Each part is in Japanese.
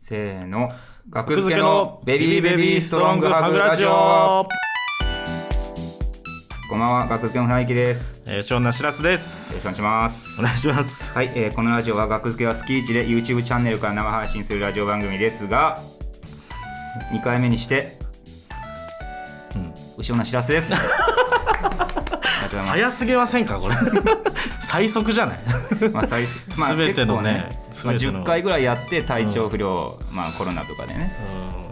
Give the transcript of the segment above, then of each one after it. せーの学付けのベビーベビーストロングハグラジオこんばんは学付けの船木ですえー、ショーンなしらすでよろしくおす願いしますお願いしますはい、えーこのラジオは学付けは月1で YouTube チャンネルから生配信するラジオ番組ですが2回目にして、うん後ろのしらすですありがとうござい早すぎませ んかこれ最速じゃないます、まあ最まあ、全てのね結構ね、全てのまあ、10回ぐらいやって体調不良、まあコロナとかでね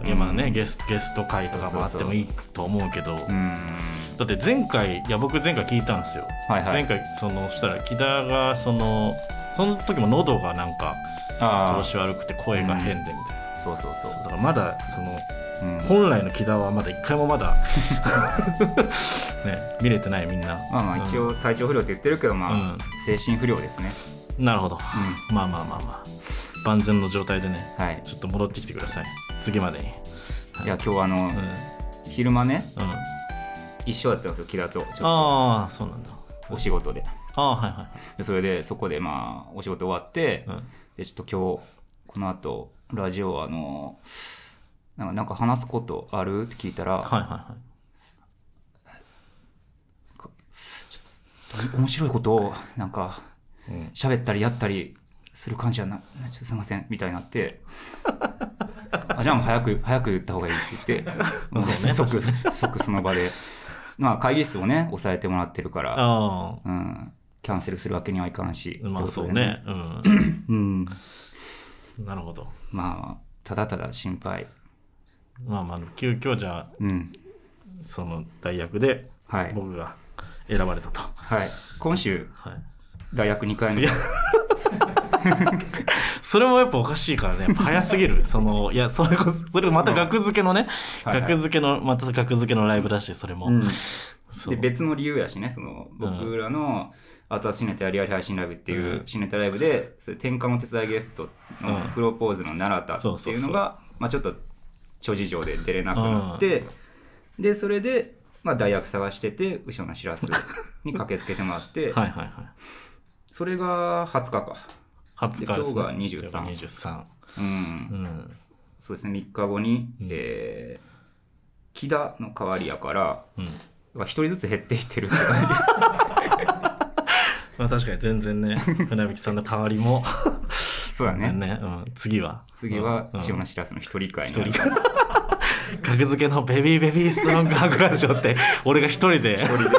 うん今ねゲストゲスト会とかもあってもいいと思うけどうーんだって前回いや僕前回聞いたんですよ、はいはい前回そのしたら木田がそのその時も喉がなんかあ調あ子悪くて声が変でみたいな、そうそうそうそうだからまだそのうん本来の木田はまだ一回 もまだ ね見れてないみんなまあまあ一応体調不良って言ってるけどまあ、うん精神不良ですねうんなるほど、まあまあまあまあ万全の状態でねはいちょっと戻ってきてください次までにいや今日はあの、うん、うん、昼間ねあ一緒だったんですよ木田とちょっとあーそうなんだお仕事でああはいはでそれでそこでまあお仕事終わって、い、うん、でちょっと今日この後ラジオあのなんかなんか話すことあるって聞いたら、はいはいはい面白いことをなんかうん喋ったりやったりする感じはななちょっとすいませんみたいになってあじゃあもう早く早く言った方がいいって言ってもう そうね即即その場で、まあ、会議室をね押さえてもらってるから、あうん、キャンセルするわけにはいかんしあまあってこそとうでねうんうん、 なるほどまあただただ心配まあまあ急遽じゃあうんその代役ではい、僕が選ばれたと、はい、今週はい、大学2回目いやそれもやっぱおかしいからねやっぱ早す ぎるそのいやそれこそそれまた額付けのね、はいはい額付けのまた額付けのライブだしそれも、うんそうで別の理由やしねその僕らの「あとはシネタやリアル配信ライブ」っていううんシネタライブでそれ転換お手伝いゲストうのんプロポーズの奈良田っていうのがまあちょっと諸事情で出れなくなってでそれでまあ大学探してて後ろのしらすに駆けつけてもらって はいはいはいそれが20日か20日です、ね、今日が23 23ううんんそうですね3日後にうんえー木田の代わりやからうん1人ずつ減っていってるって 感じまあ確かに全然 ね船引さんの代わりもそうだねね、うん、次は次はうんうん後ろのしらすの一人会一に人格付けのベビーベビーストロングハグラジオ って俺が一人で一人で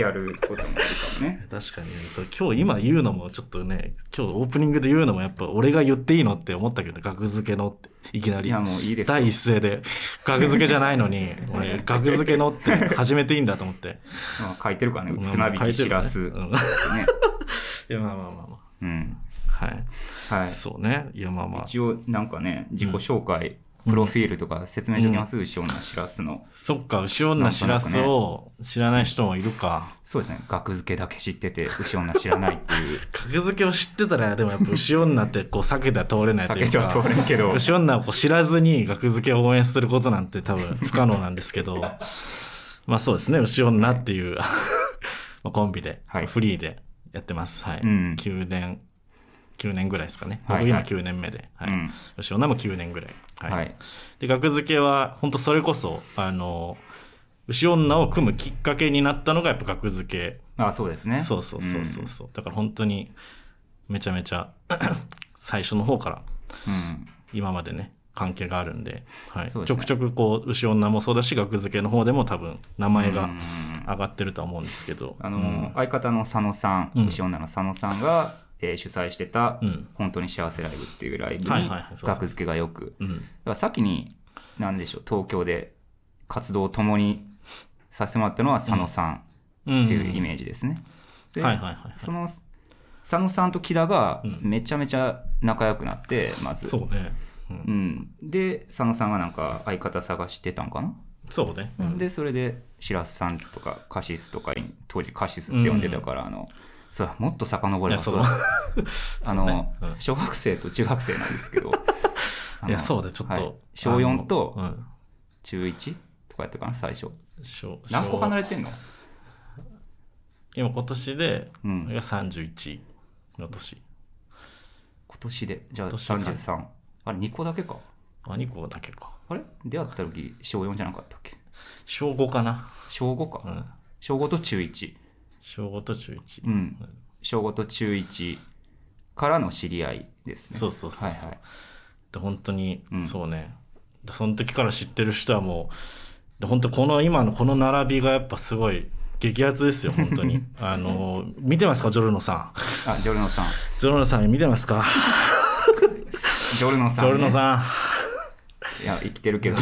やることもあるかも ね。確かにねそれ今日今言うのもちょっとね今日オープニングで言うのもやっぱ俺が言っていいのって思ったけど格付けのっていきないりやもういいですよ。第一声で格付けじゃないの に俺格付けのって始めていいんだと思ってまあ書いてるからね。まあ船引きしらす。うんいね。やまあまあまあまうん。あはいはい。そうね。いや、まあまあ。一応なんかね自己紹介、プロフィールとか説明しておきます、後ろのしらすの。そっか、牛女しらすを知らない人もいるか。そうですね。額付けだけ知ってて後ろの知らないって いう。格付けを知ってたら、でもやっぱ牛女ってこう避けては通れないと避いけうてか。は通れんけど。牛女をこう知らずに格付けを応援することなんて多分不可能なんですけど、 まあそうですね、牛女っていう まあコンビで、はいフリーでやってます。はい。うん9年、9年ぐらいですかね。はい僕今はい9年目で。はいうん牛女も9年ぐらい。はいはい。で学付けは本当それこそあの牛女を組むきっかけになったのがやっぱ学付あそうですけ、ね。そうそうそうそうそうだから本当にめちゃめちゃ 最初の方からうん。うん。今までね関係があるんで,、はいそうですねちょくちょくこう牛女もそうだし学付けの方でも多分名前うがん上がってるとは思うんですけど、あの、うん相方の佐野さん、うん牛女の佐野さんが、えー主催してた、うん本当に幸せライブっていうライブはいにはいはいそうそう格付けがよく、うんだから先に何でしょう東京で活動を共にさせてもらったのは佐野さんうんっていうイメージですね。ではいはいはいその佐野さんと木田がうんめちゃめちゃ仲良くなって、まずそうね、うんうん、で佐野さんがなんか相方探してたんかな、そうね、うんでそれで白洲さんとかカシスとかに当時カシスって呼んでたから、あのそうだもっと遡いれやばそそううだ そあうの、ねうん小学生と中学生なんです けどあのいやそうだちょっと、はい小4あとのうん中1とかやったかな最初小何個小離れてんの今今年で、うん俺が31の年今年でじゃあ今年三33あれ2個だけかあ、2個だけか。あれ出会った時小4じゃなかったっけ小5かな。小5か、うん。小5と中1小5と中1。うん小5と中1からの知り合いですねそうそうそうそうはいはいで本当に、うんそうねでその時から知ってる人はもうで本当この今のこの並びがやっぱすごい激アツですよ本当 にあの見てますかジョルノさんあジョルノさんジョルノさん見てま すかジョルノさん、ね、ジョルノんさんいや生きてるけど、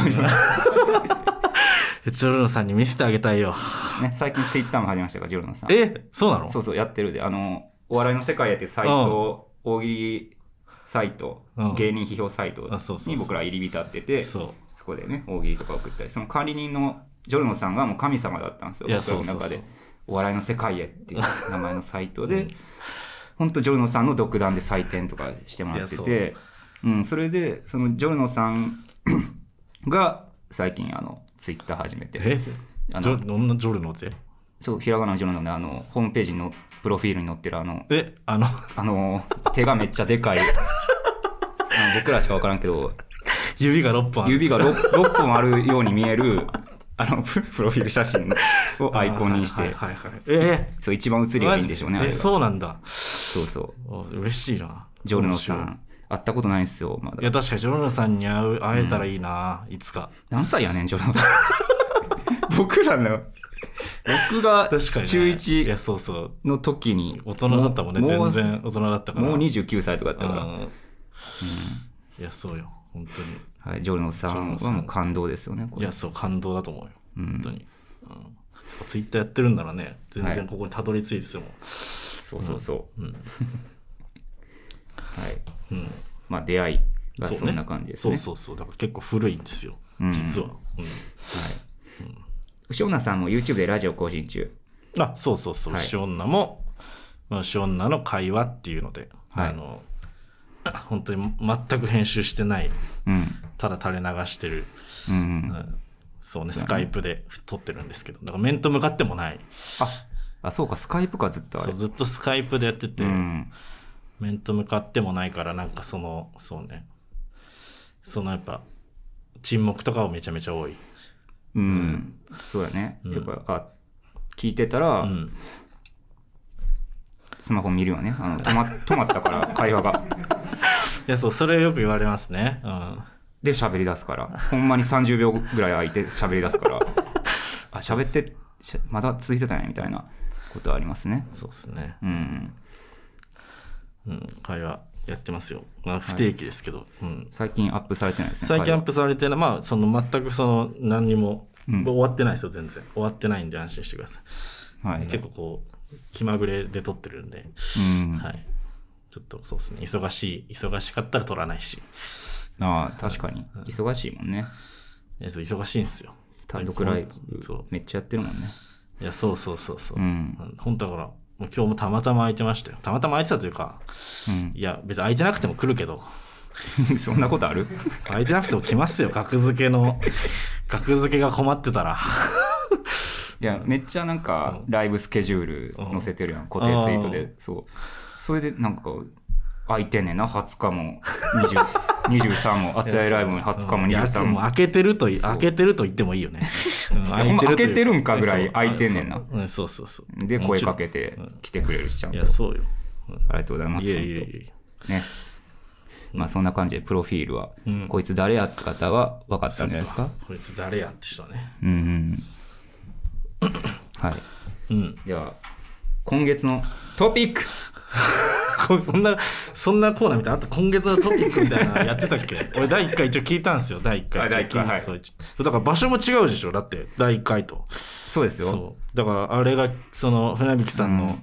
ジョルノさんに見せてあげたいよね、最近ツイッターも始めましたからジョルノさんえそうなのそうそうやってるであのお笑いの世界やってるサイト、大喜利サイト、うん芸人批評サイトあそうそうそうに僕ら入り浸っててそそこでね大喜利とか送ったりその管理人のジョルノさんがもう神様だったんですよいや僕らのそう中そうそうでお笑いの世界へっていう 名前のサイトで、本当ジョルノさんの独断で採点とかしてもらっていやてう、ん、それでそのジョルノさんが最近あのツイッター始めてえあジのョどんなジョルノってそうひらがなのジョルノのあのホームページのプロフィールに載ってるあのえあの あの手がめっちゃでかいあの僕らしか分からんけど指が6本ある指が 6, 六本あるように見えるあのププロフィール写真をアイコンにしはいてはいはいはいえそう一番写ーりがいいんでしょうねあマれジがえそうそうなんだそうお嬉しいなジョルノさ面白いん会ったことないんですよまいやだ確かにジョルノさんに会う会えたらいいな、いつか何歳やねん ジョルノさん僕らの僕が確かに、ね、中いや1そうそうの時に大人だったもんね全然大人だったからもう29歳とかだったから、うんいやそうよ本当にはい、ジョルノさジョルんノさはんもう感動ですよねこいれやそう感動だと思うよう本ん当に、うんツイッターやってるんならね全然ここにたどり着いてても、そうそうそう、うんはいうんまあ出会いがそうねそんな感じですねそうそうそうだから結構古いんですよ、うん実は、はい。牛女さんも YouTube でラジオ更新中。うん、あそうそうそう、はい牛女も、まあ、牛女の会話っていうので、はいあの 本当に全く編集してないうん。ただ垂れ流してる、うんうん、うんそうそうねスやねカイプで撮ってるんですけどだから面と向かってもないあ、あ、そうか、スカイプか、ずっとあそれ。うずっとスカイプでやってて、うん。面と向かってもないからなんかそのそうねそのやっぱ沈黙とかをめちゃめちゃ多い、うん。そうだね。うんやっぱ、あ、聞いてたら、うん、スマホ見るよね。あの止ま 止まったから、会話が。いやそうそれよく言われますね、うん、で、喋り出すから。ほんまに30秒ぐらい空いて喋り出すから。あ、喋って、しゃまだ続いてたね、みたいなことありますね。そうですね、うん。うん、会話やってますよ、まあ、不定期ですけど、うん、最近アップされてないですね。最近ア会ッ話プされてないまあその全くその何にも、うん終わってないですよ全然終わってないんで安心してくださいはい。結構こう気まぐれで撮ってるんで、うん。はいちょっとそうですね忙しい忙しかったら撮らないしああ、確かに。忙しいもんね。いやそう忙しいんですよ単独ライブそうめっちゃやってるもんね。いやそうそうそうそう、うん。本当だからもう今日もたまたま空いてましたよたまたま空いてたというかいや別に空いてなくても来るけどうん、 そんなことある空いてなくても来ますよ格付けの格付けが困ってたらいや、めっちゃなんか、ライブスケジュール載せてるやん、固定ツイートで。そう。それでなんか、空いてんねんな、20日も、20 23も、熱いライブも20日もいや23もうも開。けてるとい、そう開けてると言ってもいいよね。うんやほんまという開けてるんかぐらい開いてんねんなそううん、そうそうそう。で、も声ちろんかけて来てくれるし、ちゃんいと。や、そうよ。ありがとうございます。いやいや本いや。当ね。まあ、そんな感じで、プロフィールは、うんこいつ誰やって方は分かったんじゃないですか。こいつ誰やって人ね。うんうん。はい。うん。では、今月のトピックこうそんな、そんなコーナーみたいな、あと今月のトピックみたいなのやってた っけ俺、第1回一応聞いたんですよ、第1回。あ第一回はいそう一応だから場所も違うでしょ、だって、第1回と。そうですよ。そう。だから、あれが、その、船引さんの、うん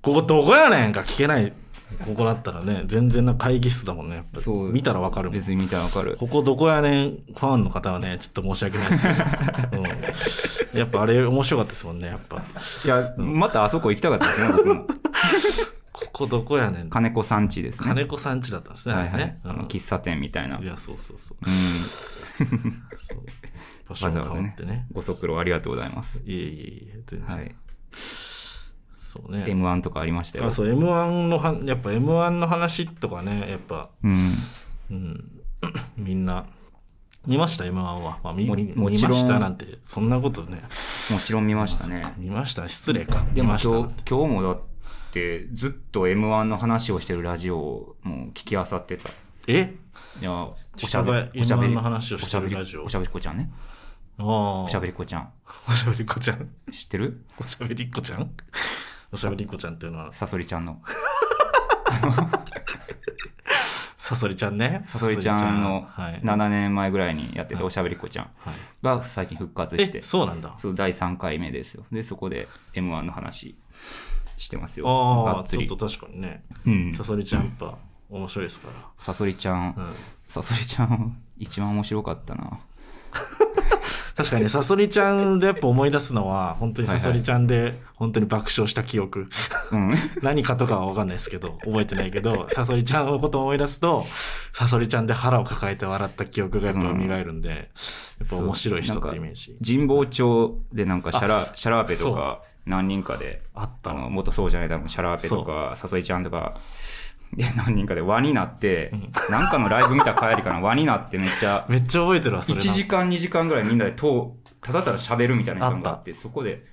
ここどこやねんか聞けない、ここだったらね、全然な会議室だもんね、やっぱりそう見たらわかるもん。別に見たらわかる。ここどこやねんファンの方はね、ちょっと申し訳ないですけ ど、うん、やっぱあれ面白かったですもんね、やっぱ。いや、またあそこ行きたかったですね、僕も。ここどこやねん。金子さんちですね。金子さんちだったんですね、はいはあれいね。。あの喫茶店みたいな。ううん、いん。や、そうそうそう。そう場所わざもわざ変わっねてね。。ご足労ありがとうございます。いえいえいえ、全然。はい。そうね。 M1 とかありましたよあ、。そう、M1 のは、やっぱ M1 の話とかね、やっぱ、うん。うん、 みんな見ました M1 は、まあ、みも見も見ちろんましたなんてそんなことねもちろん見ましたね見ました失礼かで見もましたな今ん日て今日もだってずっと m 1の話をしてるラジオをもう聞きあさってたいえやおちょっと前おしゃべ M1 りの話をしてるラジオおしゃべりおしゃべりっ子ちゃんねああおしゃべりっ子ちゃんおしゃべりっこちゃん知ってるおしゃべりっこち ゃんおしゃべりっこちゃんっていうのはさそりちゃんのサソリちゃんねさそりちゃんのサソリちゃんはい7年前ぐらいにやってはたいおしゃべりっ子ちゃんはいが最近復活してえそうなんだそう第3回目ですよでそこで m 1の話してますよあがあっつちょっりと確かにねうんサソリちゃんやっぱ面白いですかさそりちゃら、んうん、さそりちゃん一番面白かったな確かにねサソリちゃんでやっぱ思い出すのは本当にはいサはいソリちゃんで本当に爆笑した記憶、うん何かとかは分かんないですけど覚えてないけどサソリちゃんのことを思い出すとサソリちゃんで腹を抱えて笑った記憶がやっぱ蘇るんで、やっぱ面白い人ってイメージ神保町でなんかシャラシャラーペとか何人かであったあのの元そうじゃないだもんシャラーペとかさそいちゃんとかで何人かで輪になって、うんなんかのライブ見た帰りかな輪になってめっちゃめっちゃ覚えてるわそ1れ時間2時間ぐらいみんなでとうただただ喋るみたいな時間があってそこで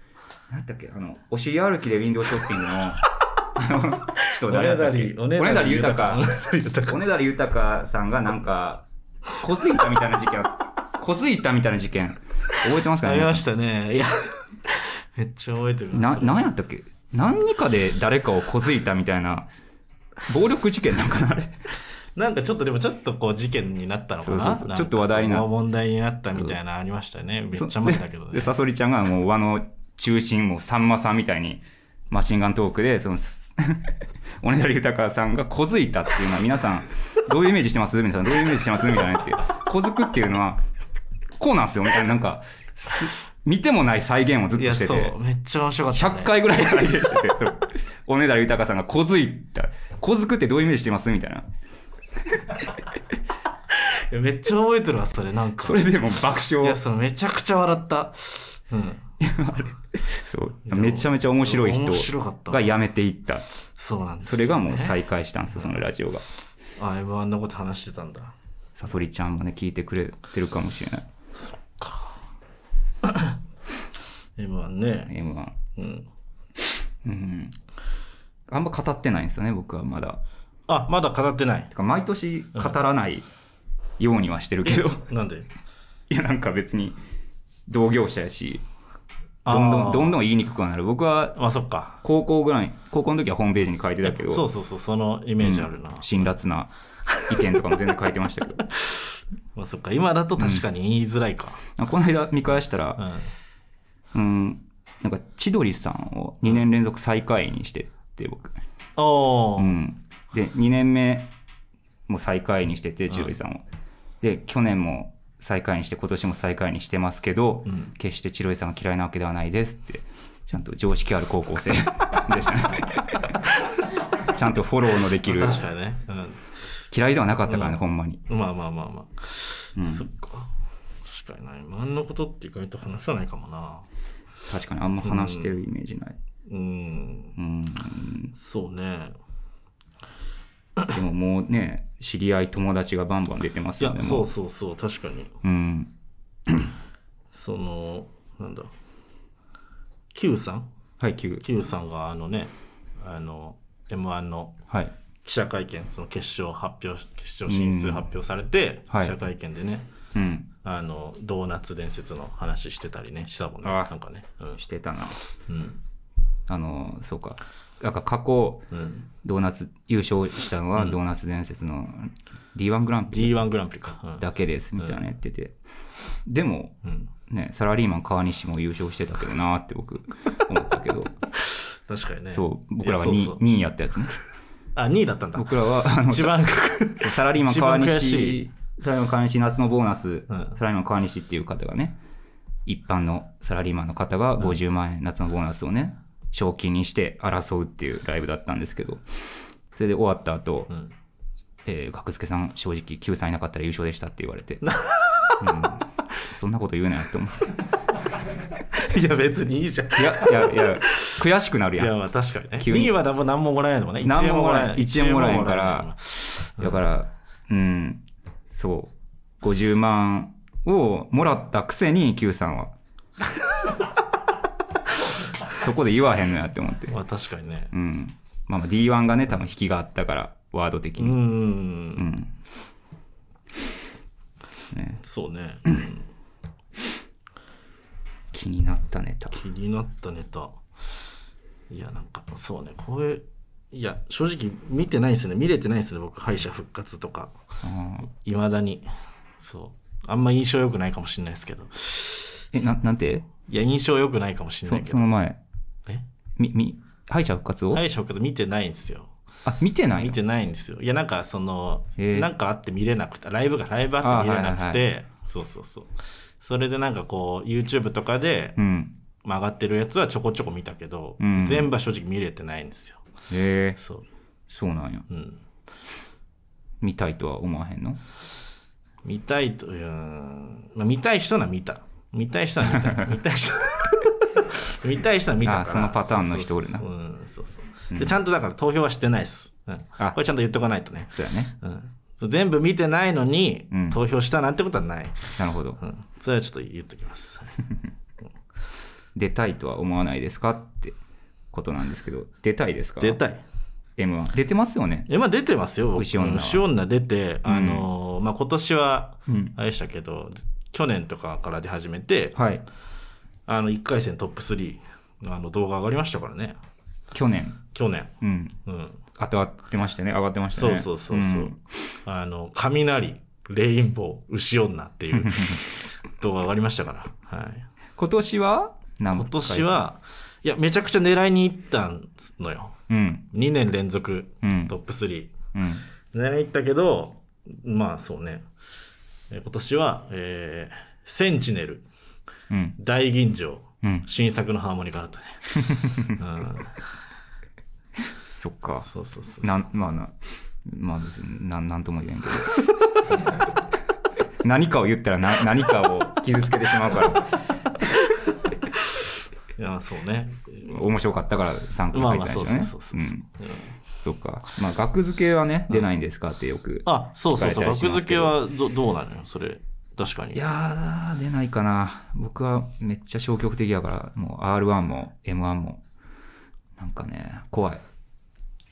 何だっけあのお尻歩きでウィンドウショッピングのあの人お誰ねだだっけりおねだり豊おねかだり豊おかねだり豊さんがなんか小づいたみたいな事 件小づいたみたいな事件覚えてますかあねり皆まさんしたねいやめっちゃ覚えてるなそれ何やったっけ何かで誰かをこづいたみたいな暴力事件なんかなあれなんかちょっとでもちょっとこう事件になったのかなそうそうそうなんかちょっと話題になっその問題になったみたいなのありましたねめっちゃ前だけどそねでサソリちゃんがもう輪の中心もうさんまさんみたいにマシンガントークでその おねだり豊さんがこづいたっていうのは皆さんどういうイメージしてます皆さんどういうイメージしてますみたいなってこづくっていうのはこうなんすよみたいななんかす見てもない再現をずっいとやしてそてうめっちゃ面白かった、ね、 100回ぐらい再現してて、そうおねだり豊さんがこづいた。こづくってどういうイメージしてますみたいな。いやめっちゃ覚えてるわそれなんかそれでもう爆い笑や。そのめちゃくちゃ笑った、うん、そう。めちゃめちゃ面白い人面白かったが辞めていった。そうなんでそすよね、れがもう再開したんですよ、そのラジオが。あ M1 のこと話してたんだサソリちゃんもね、聞いてくれてるかもしれない。 M1 ね、 M1。うん、うん。あんま語ってないんですよね、僕はまだ。あまだ語ってないてか、毎年語らないようにはしてるけど、なんで いや、なんか別に同業者やし、どんどあん、ーどんどん言いにくくはなる。僕はまあそっか高校ぐらい高校の時はホームページに書いてたけどそうそうそうそのイメージあるな、うん辛辣な意見とかも全然書いてましたけどまあそっか今だと確かに言いづらいか、 あこの間見返したうんら、うん、なんか千鳥さんを2年連続最下位にしてって僕、おうー、ん、で2年目も最下位にしてて千鳥さんを、で去年も最下位にして今年も最下位にしてますけど、うん決して千鳥さんが嫌いなわけではないですってちゃんと常識ある高校生でした ねちゃんとフォローのできるまあ確かにね、嫌いではなかったからね、うんほんまに、うん、まあまあまあまあ、うんそっか確かにな M1 のことって意外と話さないかもな確かにあんま話してるイメージない、うんうん、そうね。でももうね知り合い友達がバンバン出てまいすよやね、もそうそうそう、確かに。うん、その、なんだ。Q さんはい9 ?Q さんがあのね、あの、M1 のはい記者会見、その決勝発表、決勝進出発表されて、うんはい記者会見でね、うんあの、ドーナツ伝説の話してたりね、したもんね。あなんかね。うんしてたなうん。あのそうかなんか過去うん。ドーナツ優勝したのはドーナツ伝説の D1 グランプリ D1 グランプリか。うん。だけですみたいなのやってて、でもうん、ねサラリーマン川西も優勝してたけどなーって僕思った けど確かにね。そう僕らはいや2そうそう位やったやつねあ、2位だったんだ。僕らはあの一番、サラリーマン川一番悔し西い、サラリーマン川西夏のボーナス、んサラリーマン川西っていう方がね、一般のサラリーマンの方が50万円、夏のボーナスをね、賞金にして争うっていうライブだったんですけど、それで終わった後、うん、えー、格付けさん、正直、9歳いなかったら優勝でしたって言われ て、うん、そんなこと言うなよって思って。いや、別にいいじゃん。いや、いや、いや、悔しくなるいやんや、。まあ確かにね。急に2位は何も何ももらえないのもんね。何ももらえない1 1円もらえんからだから、うん、そう50万をもらったくせに Q さんは そこで言わへんのやって思ってまあ確かにねうんまあまあ D1 がね多分引きがあったからワード的うにん、うんね、そう ね気になったネタ気になったネタいやなんかそうねこれいや正直見てないですね見れてないですね僕敗者復活とかあーいまだにそうあんま印象良くないかもしれないですけどえななんていや印象良くないかもしれそないけそどの前えみみ敗者復活を、敗者復活見てないんですよあ見てない見てないんですよいやなんかその、へえなんかあって見れなくてライブがライブあって見れなあくはいて、はそうそうそうそれでなんかこう YouTube とかでうん曲がってるやつはちょこちょこ見たけど、うん全部は正直見れてないんですよへえそうそうなんやうん見たいとは思わへんの見たいとうん、まあ、見たい人なら見た見たい人は 見た見たい人見たい人は見たからあそのパターンの人おるなそうそうそううんそうそううんでちゃんとだから投票はしてないです、うん、あこれちゃんと言っとかないとね、そうやねうん、そう全部見てないのに、うん投票したなんてことはない、なるほどうん、それはちょっと言っときますはい出たいとは思わないですかってことなんですけど出たいですか出たい M1 出てますよねえまあ出てますよ僕牛女は牛女出て、あのーまあ、今年はうんあれでしたけど去年とかから出始めて、はいあの1回戦トップ3のあの動画上がりましたからね去年去年うんうん上がってましたね上がってましたそうねそうそうそう、あの雷レインボー牛女っていう動画がありましたから、はい、今年は何今回年はいやめちゃくちゃ狙いに行ったのようん2年連続うんトップ3、うん狙いに行ったけどまあそうねえ今年は、えーセンチネルうん大吟醸うん新作のハーモニカだ ったね、うん、そっかそうそうそうなんまあなまあ別になんなんとも言えんけど 何かを言ったらな何かを傷つけてしまうからいやそうね面白かったから参加まあ書いまあたそんうでしょねそうそうそう、んそっかまあ額付けはね出ないんですかってよくあそうそうそう聞かれたりし額ますけど付けはどどうなのよそれ確かにいやー、出ないかな。僕はめっちゃ消極的やから、もう R1 も M1 も、なんかね、怖い。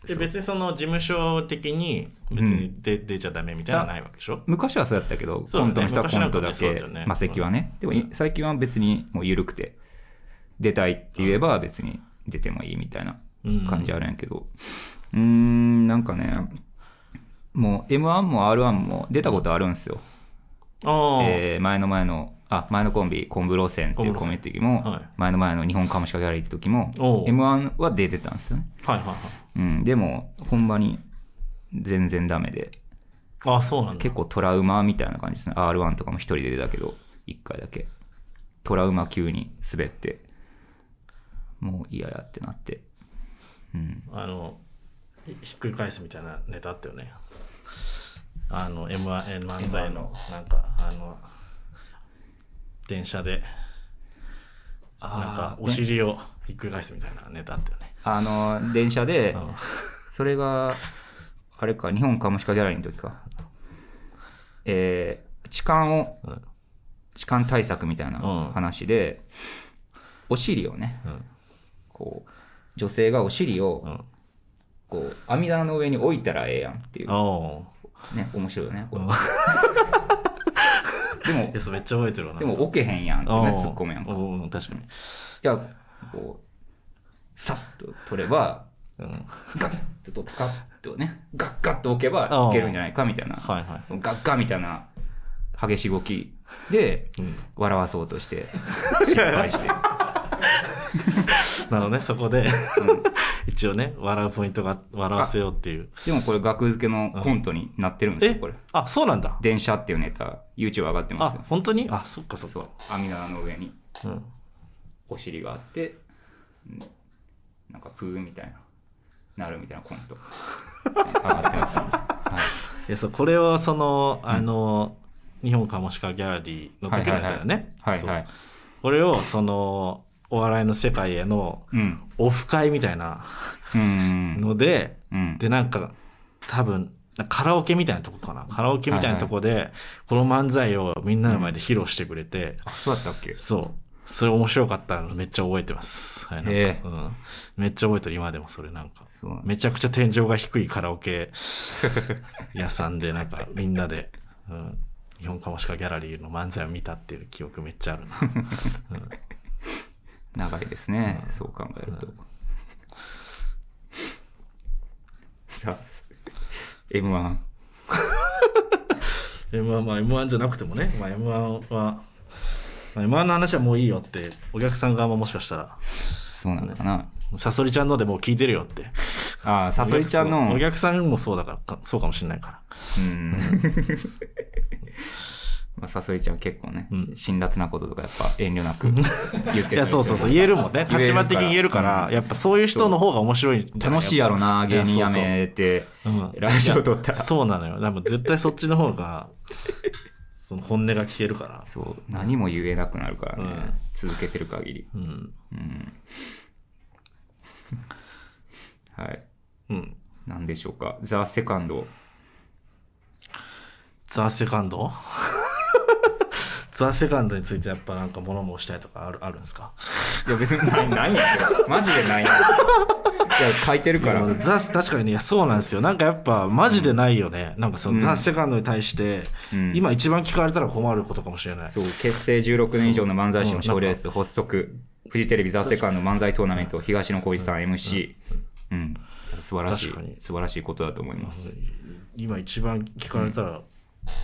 で別にその事務所的に別に出,、出ちゃダメみたいなのはないわけでしょ昔はそうやったけど、そうコだねントの人はコントだ昔なんかねそうけだよね、魔石はね。でもうん最近は別にもう緩くて、出たいって言えば別に出てもいいみたいなうん感じあるんやけど、うーん、なんかね、もう M1 も R1 も出たことあるんですよ。ああ、えー前の前の、あ、前のコンビ、コンブローセンっていうコミュニティも、はい前の前の日本カムシカギャラリーって時も、おう M1 は出てたんですよね。はいはいはいうん、でも、ほんまに全然ダメで、ああそうなんだ結構トラウマみたいな感じですね。R1 とかも一人で出たけど、一回だけ。トラウマ級に滑って、もう嫌やってなって。うん。あのひひっくり返すみたいなネタあったよねあの M1 漫才のなんかあの電車でなんかおね尻をひっくり返すみたいなネタあったよねあの、電車 で、うんそれが、あれか、日本カモシカギャラリーの時か。えー痴漢を、うん痴漢対策みたいなうん話で、お尻をね、うんこう、女性がお尻うを、んこう、網棚の上に置いたらええやんっていう、おね、面白いよね、こうれん。でもいや、それめっちゃ覚えてるわなでも置けへんやんっておうね、ツッコむやんか。いおう確かにや、こう、さっと取れば、うんガッと取って、ガッとね、ガッガッと置けばいけるんじゃないかみたいな。はいはいガッガみたいな激しい動きでうん笑わそうとして失敗してなのねそこで 一応ね笑うポイントが笑わせようっていうでもこれ額付けのコントになってるんですえよこれあそうなんだ電車っていうネタ YouTube 上がってあますよ本当にあそっかそっそかう網棚の上にうんお尻があってうんなんかプーみたいななるみたいなコント上がって ますよはいやそうこれをそのあの、日本カモシカギャラリーの時のやつだよねいはいはいはいそうこれをそのお笑いの世界へのうんオフ会みたいなうんので、うんでなんか多分なんかカラオケみたいなとこかな。カラオケみたいなとこで、この漫才をみんなの前で披露してくれて、あ、そうだったっけそう。それ面白かったのめっちゃ覚えてます。はい、なんかへえうん。めっちゃ覚えてる、今でもそれなんか。そうなんだめちゃくちゃ天井が低いカラオケ屋さんで、なんかみんなで、うん、日本カモシカギャラリーの漫才を見たっていう記憶めっちゃある な。長いですね、そう考えると、 さあ M1 M1、まあ M1 じゃなくてもね、まあ M1 は、まあ M1 の話はもういいよって、お客さん側ももしかしたら、そうなのかな、サソリちゃんのでもう聞いてるよって。ああサソリちゃんのお客さんお客さんもそうだからか、そうかもしれないから。うん、 まあ、サソリちゃんは結構ね、うん辛辣なこととかやっぱ遠慮なく言っていくれや、るそうそうそう、言えるもんね。言え 立るから場的に言えるから、やっぱそういう人の方が面白いんじゃな楽しいやろな芸人や。っめてぱそうそううんラジオ撮ったらそうなのよ。多分絶対そっちの方が、 その本音が聞けるから。そう何も言えなくなるからね、うん続けてる限りうん。うんはいうん。何でしょうかザ・セカンドザ・セカンド ザ・セカンドについてやっぱなんか物申したいとかあるあるんですかいや別にないないんやけどマジでないんやいや書いてるからいやザス確かにねいやそうなんですよなんかやっぱマジでないよね、なんかその、ザ・セカンドに対して、うん今一番聞かれたら困ることかもしれないそう結成16年以上の漫才師の賞レース発足フジテレビ「ザ・セカンド漫才トーナメント東野浩一さん MC うん素晴らしい確かに素晴らしいことだと思います今一番聞かれたら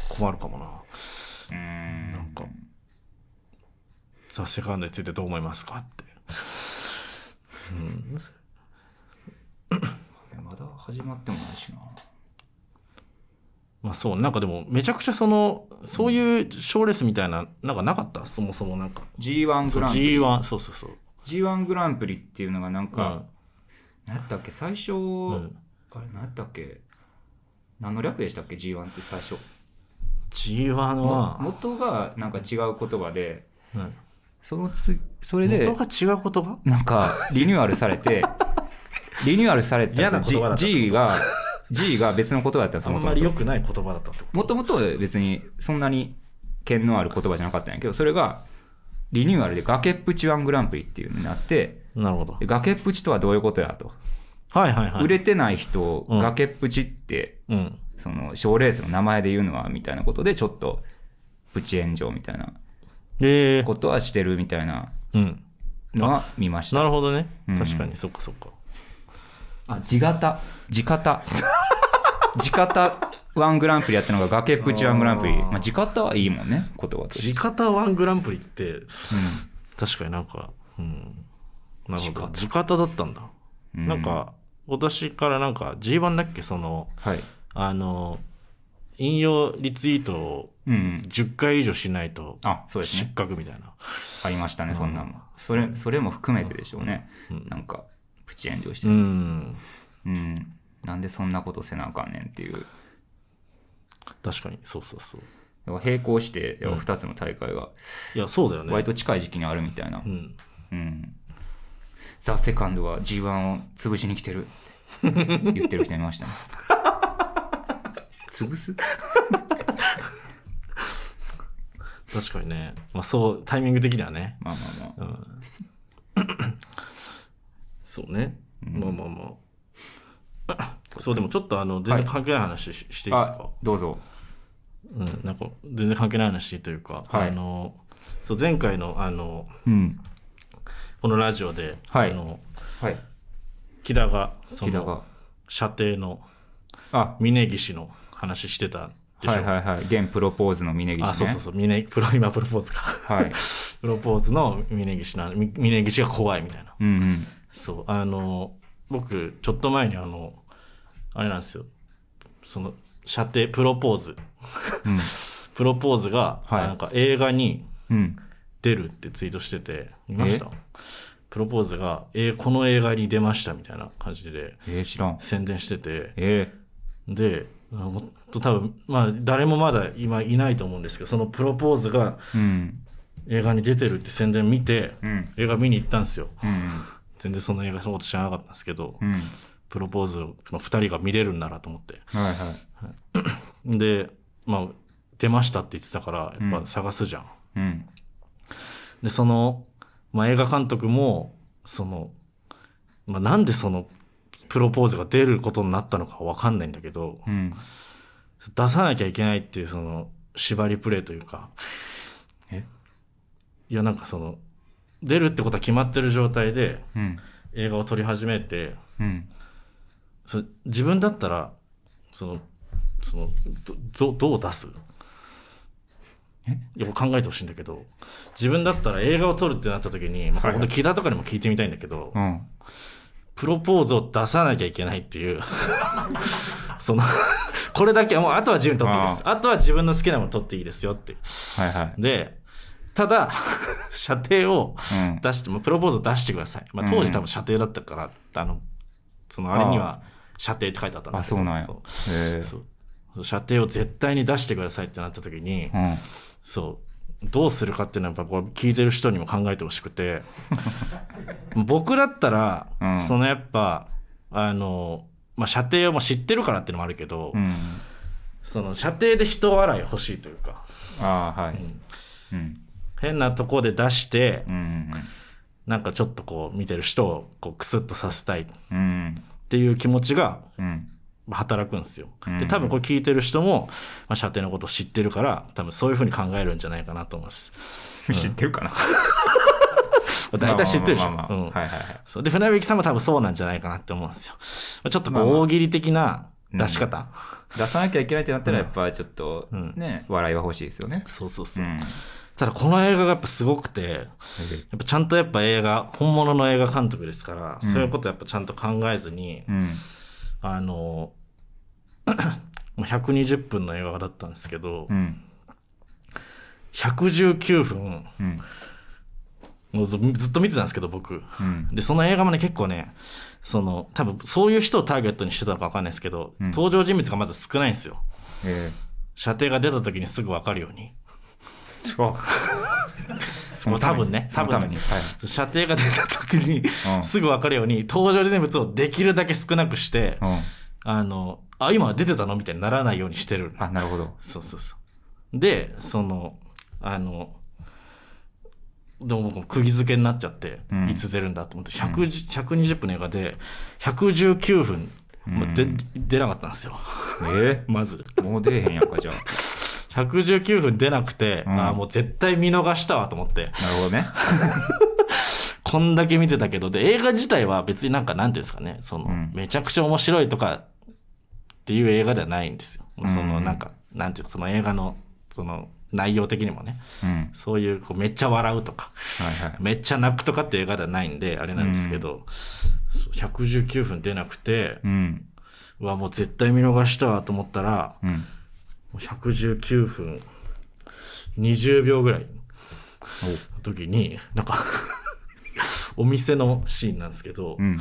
困るかもな、うーんなんかザ・セカンドについてどう思いますかってまだ始まってもないしなまあそうなんかでもめちゃくちゃそのそういう賞レースみたいななんかなかったそもそもなんか G1 グランプリ G1 そうそうそう、 G1 グランプリっていうのがなんうかん何やったっけ最初うん、あれ何やったっけ何の略でしたっけ G1 って最初 G1 もは、元がなんか違う言葉でうんそのつそれで元が違う言葉なんかリニューアルされ てリニューアルされ嫌たな言葉だった G, G が G が別の言葉だったんですあよんまり良くない言葉だったってこともともと別にそんなに剣のある言葉じゃなかったんやけどそれがリニューアルで崖っぷちワングランプリっていうのになってなるほどで崖っぷちとはどういうことやと、はいはいはい売れてない人をうん崖っぷちってうんその賞レースの名前で言うのはみたいなことでちょっとプチ炎上みたいなええことはしてるみたいなうん。のは見ましたなるほどね。うん確かに、そっかそっか。あ、地形、地形。地形ワングランプリやったのが崖っぷちワングランプリ。あーまあ、地形はいいもんね、言葉として。地方ワングランプリって、うん確かになんか、うん。なるほど。地地方だったんだ。うんなんか、私からなんか G1 だっけその、はい。あの、引用リツイートをうん。 10回以上しないとあ、そうです失ね。格みたいな。ありましたね、そんなもん。それ、それも含めてでしょうね。なんか、プチ炎上してう。ん。うん。なんでそんなことせなあかんねんっていう。確かに、そうそうそう。やっぱ並行して、やっぱ2つの大会が、いや、そうだよね。割と近い時期にあるみたいなう。ん。うん。ザ・セカンドは G1 を潰しに来てるって言ってる人いましたね。 潰す確かにね。まあ、そう、タイミング的にはね。まあまあまあ。そうね、まあまあまあそうでもちょっとあの全然関係ない話し,、していいですかあ、どうぞ。うん、なんか全然関係ない話というか、はいあのそう前回のあのうん。このラジオで、はいあのはい。木田がそ木田がの。射程のあ、峯岸の話してたでしょ、はいはいはい。現プロポーズの峯岸ね。あそうそうそう峰プロ今プロポーズか はい。プロポーズの峯岸なみ峯岸が怖いみたいなうんうん。そうあの僕ちょっと前にあのあれなんですよその射程プロポーズうん。プロポーズが、はいなんか映画にうん。出るってツイートしてて見ましたプロポーズが、えーこの映画に出ましたみたいな感じでえー、知らん。宣伝しててえであもっと多分まあ誰もまだ今いないと思うんですけどそのプロポーズがー、うん。映画に出てるって宣伝見て、うん。映画見に行ったんですようん。全然その映画のこと知らなかったんですけど、うん。プロポーズの2人が見れるんならと思ってはいはい。で、まあ、出ましたって言ってたから、やっぱ探すじゃん。うん。で、その、まあ、映画監督も、その、まあ、なんでその、プロポーズが出ることになったのかわかんないんだけど、うん。出さなきゃいけないっていう、その、縛りプレイというか、えいや、なんかその、出るってことは決まってる状態で、うん。映画を撮り始めて、うん。そ自分だったらそのそのどどどう出すえいやこれ考えてほしいんだけど自分だったら映画を撮るってなった時に、まあ、こはいれはい本当木田とかにも聞いてみたいんだけど、うん。プロポーズを出さなきゃいけないっていう そのこれだけもうあとは自分で撮っていいですあとは自分の好きなもの撮っていいですよってはいはい。でただ 射程をうん。出してもうプロポーズを出してください、まあ、当時多分射程だったから、あのそのあれには射程って書いてあったんだけどあそうなんやそうえそうそう射程を絶対に出してくださいってなった時に、うん。そうどうするかっていうのはやっぱこう聞いてる人にも考えてほしく て僕だったら、うんそのやっぱあの、まあ、射程をもう知ってるからっていうのもあるけど、うん。その射程で人笑い欲しいというか、ああ、はうい。んうん。変なとこで出して、うん。なんかちょっとこう見てる人をこうクスッとさせたいっうん。ていう気持ちがうん。働くんですよ。うでん多分これ聞いてる人も、まあ、射程のことを知ってるから多分そういうふうに考えるんじゃないかなと思います。知ってるかなまあ大体知ってるでしょ。まあまあまあうまんあはいはいはい。そうで船引さんも多分そうなんじゃないかなって思うんですよ。まあ、ちょっとこまあまうあ大喜利的な出し方、出さなきゃいけないってなったら、やっぱちょっとうん、ね、笑いは欲しいですよね。そうそううそう、ん。ただこの映画がやっぱすごくてやっぱちゃんとやっぱ映画本物の映画監督ですから、うんそういうことやっぱちゃんと考えずに、うん。あの もう120分の映画だったんですけど、うん。 119分うん。もうずずっと見てたんですけど僕うん。でその映画もね結構ねその多分そういう人をターゲットにしてたのか分かんないですけど、うん登場人物がまず少ないんですよえ射程が出た時にすぐ分かるようにーあ、そのために多分ねそのために。多はい。射程が出た時に、うんすぐ分かるように登場人物をできるだけ少なくして、うん。あのあ今出てたのみたいにならないようにしてるあ、なるほど。そうそうそうでそのあのでも僕も釘付けになっちゃって、うんいつ出るんだと思って110 120分の映画で119分、まあでうん出なかったんですよえまずーもう出えへんやんか、じゃあ。 119分出なくて、うんああもう絶対見逃したわと思ってなるほどね。こんだけ見てたけどで映画自体は別になんかなんていうんですかねその、うんめちゃくちゃ面白いとかっていう映画ではないんですよ、そうのんなんかなんていうかその映画のその内容的にもねうん。そういうこうめっちゃ笑うとかはいはい。めっちゃ泣くとかっていう映画ではないんであれなんですけど、そう119分出なくてうん。うわもう絶対見逃したわと思ったらうん。もう119分20秒ぐらいの時になんか お店のシーンなんですけど、うん。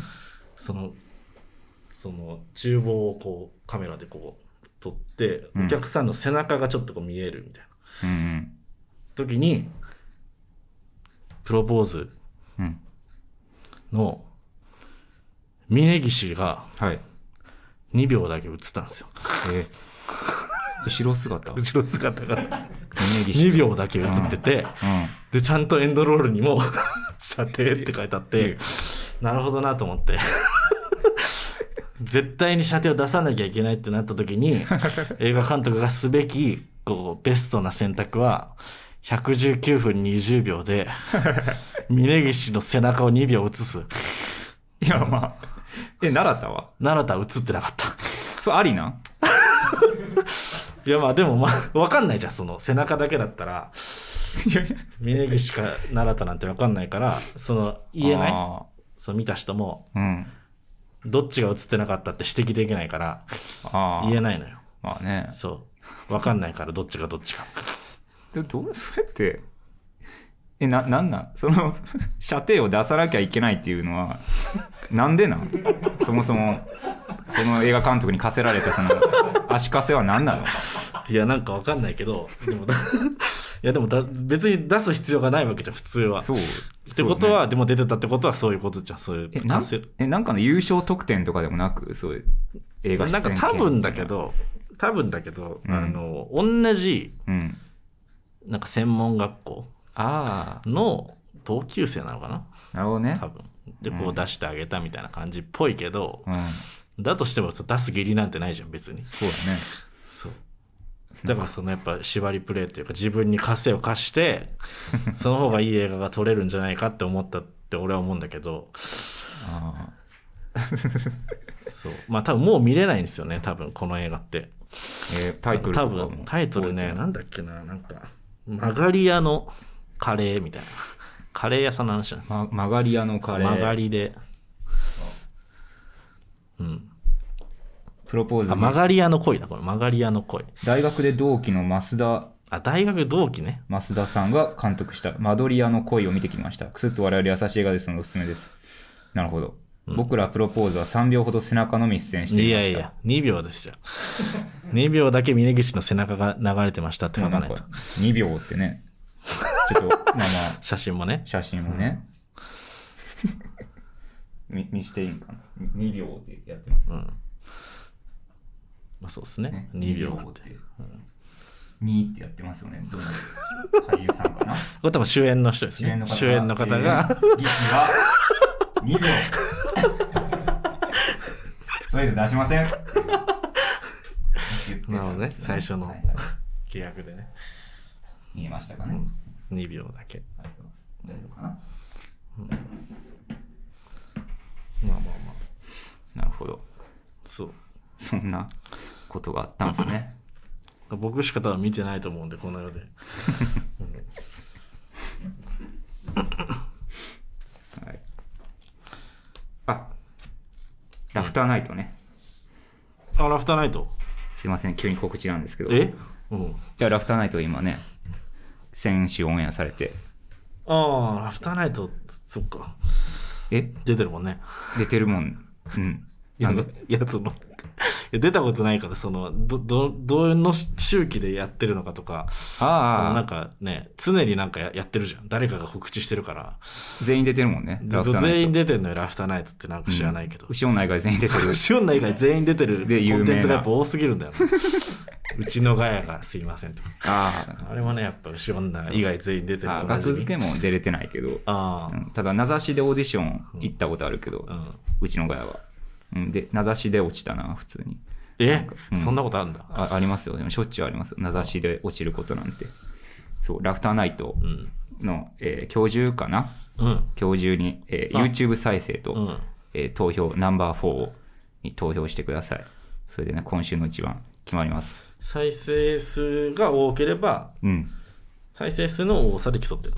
そのその厨房をこうカメラでこう撮ってうんお客さんの背中がちょっとこう見えるみたいなうん。時にプロポーズうん。の峯岸がはい。 2秒だけ映ったんですよえー後ろ 姿後ろ姿が峯岸2秒だけ映っててうでちゃんとエンドロールにも 「射程」って書いてあってなるほどなと思って絶対に射程を出さなきゃいけないってなった時 に映画監督がすべきこうベストな選択は119分20秒 で峯岸の背中を2秒映ん。すいや、まあ。え、奈良田は奈良田は映ってなかったそう、ありなんいやまあでもまあ 分かんないじゃんその背中だけだったらいやいや峯岸か奈良田なんて分かんないからその 言えないあそう見た人もーうん。どっちが映ってなかったって指摘できないからああ。言えないのよまあね。そう分かんないからどっちがどっちかでどうそれってえななんなんその 射程を出さなきゃいけないっていうのはなんでなんそもそもその映画監督に課せられたその足かせは何なのいやなんか分かんないけどでもだ いやでもだ別に出す必要がないわけじゃん普通はそうってことは、でも出てたってことはそういうことじゃんそういうそうねえなんえなんかの優勝得点とかでもなくそういう映画なんか多分だけど多分だけど、うんあの同じうん。なんか専門学校あの同級生なのかなあ、なるほどね多。分でうこんう出してあげたみたいな感じっぽいけどう、ん。だとしてもそう出す義理なんてないじゃん別にそうだね。そうだからそのやっぱ縛りプレイっていうか自分に枷を貸して その方がいい映画が撮れるんじゃないかって思ったって俺は思うんだけどあそうまあ多分もう見れないんですよね多分この映画ってーえータイトルと多かも分タイトルねなんだっけななんか曲がり屋のカレーみたいなカレー屋さんの話なんですよま、曲がり屋のカレー。曲がりで、うん、プロポーズあの曲がり屋の恋だこれ曲がり屋の恋大学で同期の増田あ大学同期ね増田さんが監督した「間取り屋の恋」を見てきましたくすっと我々優しい映画ですのでおすすめですなるほど、うん僕らプロポーズは3秒ほど背中のみ出演していいましたやいや2秒ですよ 2秒だけ峯岸の背中が流れてましたっても書うなんかないとか2秒ってねちょっとまあまあ写真もね写真もね、 み見していいんかな2秒ってやってますうんまあそうですねね2秒二っててこ2ってやってますよねどういう俳優さんか なれ多分主演の人です主演ねの方主演の方が、えー技師は2秒。 そういうの出しません。なるほどね最初のはいはい契約でね、見えましたかうね。ん、2秒だけ大丈夫かな。まあまあまあなるほど。そうそんなことがあったんですね。僕しか多分見てないと思うんでこの世で はい、あラフターナイトね。あラフターナイトすいません、急に告知なんですけど。いえうんや、ラフターナイト今ね、先週オンエアされて。ああラフターナイトそっかえ出てるもんね出てるもん。うん。いやなんでいやそのい や出たことないからそのどどどの周期でやってるのかとかそのあなあ、んかね常になんかややってるじゃん誰かが告知してるから全員出てるもんね。ずっラフとターナイト全員出てんのよラフターナイトってなんか知らないけど、後ろの内外全員出てる。シオンナ以外全員出てるで有名なコンテンツがやっぱ多すぎるんだよなうちのガヤがすいませんとかああれもねやっぱシオンナ以外全員出てるあ、同じ学付けも出れてないけど、あうあんただ名指しでオーディション行ったことあるけど、ううんちの親は。うん、で、名指しで落ちたな、普通に。えかうんそんなことあるんだあありますよ、でもしょっちゅうありますよ名指しで落ちることなんて。そう、ラフターナイトうんの、えー今日中かなうん今日中に、えーあ YouTube 再生と、うんえー投票ナンバー4に投票してください。それでね、今週の一番決まります。再生数が多ければうん。再生数の多さで競ってるの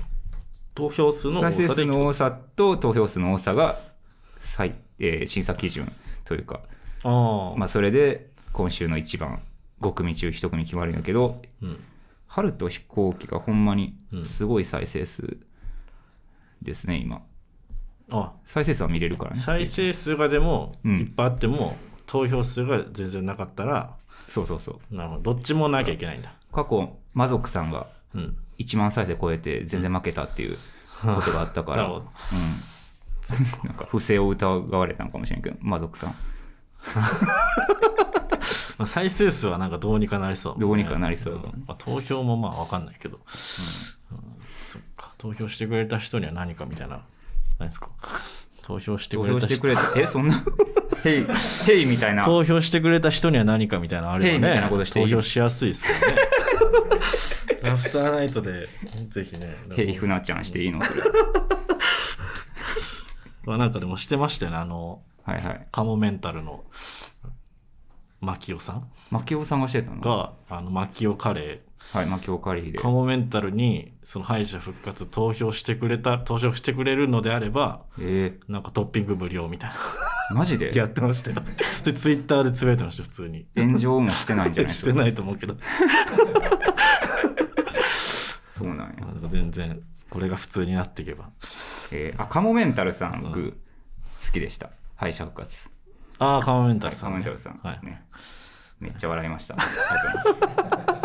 投票数の多さ再で生数競のう多さと投票数の多さが最、えー審査基準というか、ああ、まあ、それで今週の一番5組中1組決まるんだけどうん、 「春と飛行機」がほんまにうんすごい再生数ですね、今あ再生数は見れるからね再生数がでもうんいっぱいあっても、投票数が全然なかったらそうそうそうなるほどどっちもなきゃいけないんだ過去魔族さんがうん1万再生超えて全然負けたっていうことがあったか ならるほうんどなんか不正を疑われたのかもしれんけど魔族さんまあ、再生数はなんかどうにかなりそうだもん、どうにかなりそうだねんまあ、投票もまあ分かんないけど、うんそっか投票してくれた人には何かみたいな何ですか投票して投くれ票たして人くれて えそんな「ヘイヘイ」みたいな投票してくれた人には何かみたいなのあればみたいねなことしてい投い票しやすいですけ どねラフターナイトでぜひね「ヘイふなちゃん」していいのそれまあなんかでもしてましたよねあのはいはいカモメンタルのマキオさんマキオさんがしてたのがあのマキオカレはい、まあ、今日カリーでー。カモメンタルにその敗者復活投票してくれた投票してくれるのであればえなんかトッピング無料み たいー、マジなでやってましたよ でツイッターでつぶやいてました普通に炎上もしてないんじゃない してい。ないと思うけどそうなんやまあ。なんか全然これが普通になっていけばえー、あ、カモメンタルさん、うん僕、好きでした。敗者復活。ああカモメンタはルいさカんモね、メンタルさん。はい、ね。めっちゃ笑いました。ありがとうございます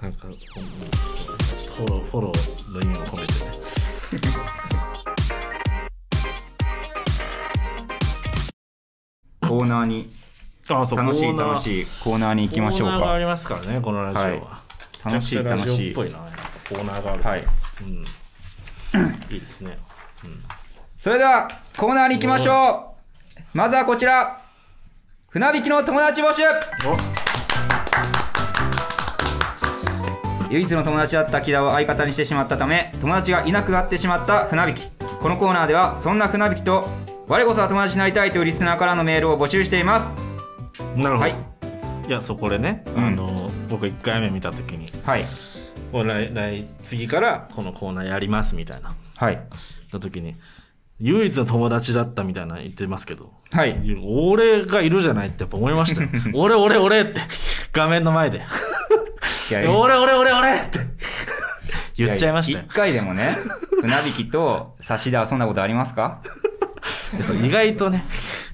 なんか、うんフォロー、フォローの意味を込めてね。コーナーにあそう楽しコいーナー楽しいコーナーに行きましょうコーナーがあかりますからね、このラジオは。は楽しいめちゃくちゃ楽ラジしオっいぽいな。コーナーがある。はい。うん。いいですね。それではコーナーに行きましょうまずはこちら船引きの友達募集唯一の友達だった木田を相方にしてしまったため友達がいなくなってしまった船引きこのコーナーではそんな船引きと我こそは友達になりたいというリスナーからのメールを募集していますなるほど。はいい、や、そうこれね、うんあの僕1回目見たときに、はいもう来来次からこのコーナーやりますみたいな、はいたときに、唯一の友達だったみたいな言ってますけど、はい俺がいるじゃないってやっぱ思い ましたよ。俺、俺、俺って、画面の前で、いや俺、俺、俺、俺って言っちゃいましたよ1。回でもね船引きと差しで遊んだことありますかえそう意外とね、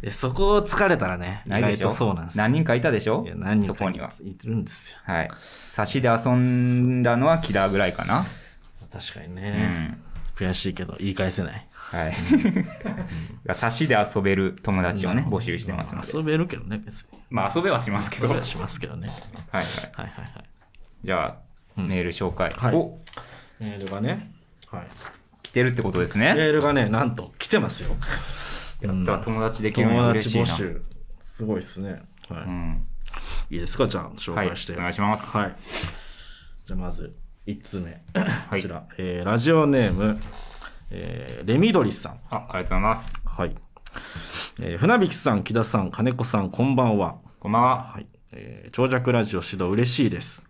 えそこを疲れたらね、意ないで外しょとそうなんですよ。何人かいたでしょいや何人そかこにはいるんですよ。はい差しで遊んだのはキラーぐらいかな確かにうね、ん悔しいけど言い返せない。はい 差しで遊べる友達をね募集してますので遊べるけどね、別に。まあ遊べはしますけど遊はいはべはしますけどね。いはいはいはい。じゃあメール紹介はいおメールがね、はい、来てるってことですメねールがね、なんと来てますよ。やったら友達できるのは友嬉しい達募な集。すごいですね。はい。うんいいですか、じゃあ紹介して。はいお願いしますはい。じゃあまず1つ目、いこちら、えーラジオネーム、えーレミドリさん。あありがとうございますはい。えー、船引さん、木田さん、金子さん、こんばんは。こんばんははい。えー長尺ラジオ指導嬉しいです。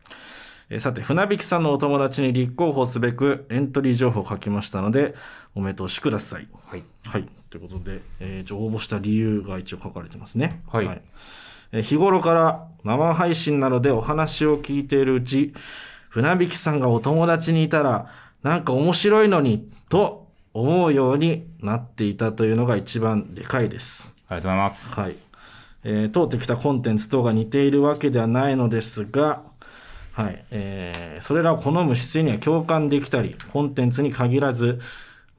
えーさて、船引さんのお友達に立候補すべくエントリー情報を書きましたので、お目通しください。はいはい。ということで、えー、一応応募した理由が一応書かれてますね。はいえー日頃から生配信などでお話を聞いているうち、船引さんがお友達にいたら、なんか面白いのに、と思うようになっていたというのが一番でかいです。ありがとうございますはい。えー通ってきたコンテンツ等が似ているわけではないのですが、はい。えーそれらを好む姿勢には共感できたり、コンテンツに限らず、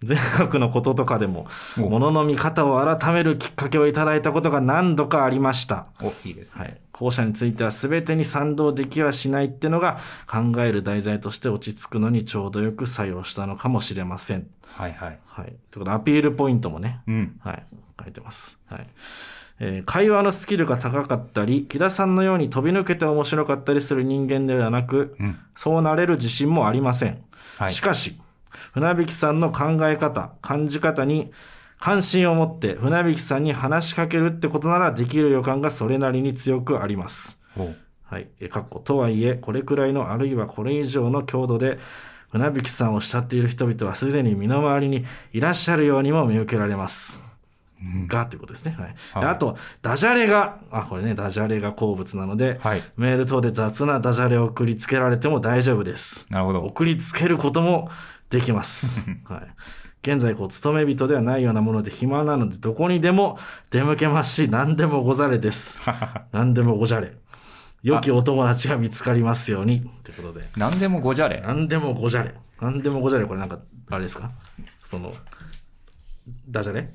全国のこととかでも、おものの見方を改めるきっかけをいただいたことが何度かありました。おいいですねはい。後者については全てに賛同できはしないってのが考える題材として落ち着くのにちょうどよく採用したのかもしれません。はいはいはい。ということで、アピールポイントもね、うんはい、書いてます。はい。えー会話のスキルが高かったり、木田さんのように飛び抜けて面白かったりする人間ではなく、うんそうなれる自信もありません。はいしかし、船引さんの考え方、感じ方に関心を持って船引さんに話しかけるってことならできる予感がそれなりに強くあります。おはい、えかっことはいえこれくらいのあるいはこれ以上の強度で船引さんを慕っている人々はすでに身の回りにいらっしゃるようにも見受けられます。がということですね。はい、ではいあとダジャレがあこれねダジャレが好物なので、はいメール等で雑なダジャレを送りつけられても大丈夫です。なるほど送りつけることもできます。はい現在こう勤め人ではないようなもので暇なのでどこにでも出向けますし何でもござ れです。何でもごじゃれ。良きお友達が見つかりますように。ということで。何でもごじゃれ何でもごじゃれ。何でもごじゃれ。これなんか、あれですかその、ダジャレ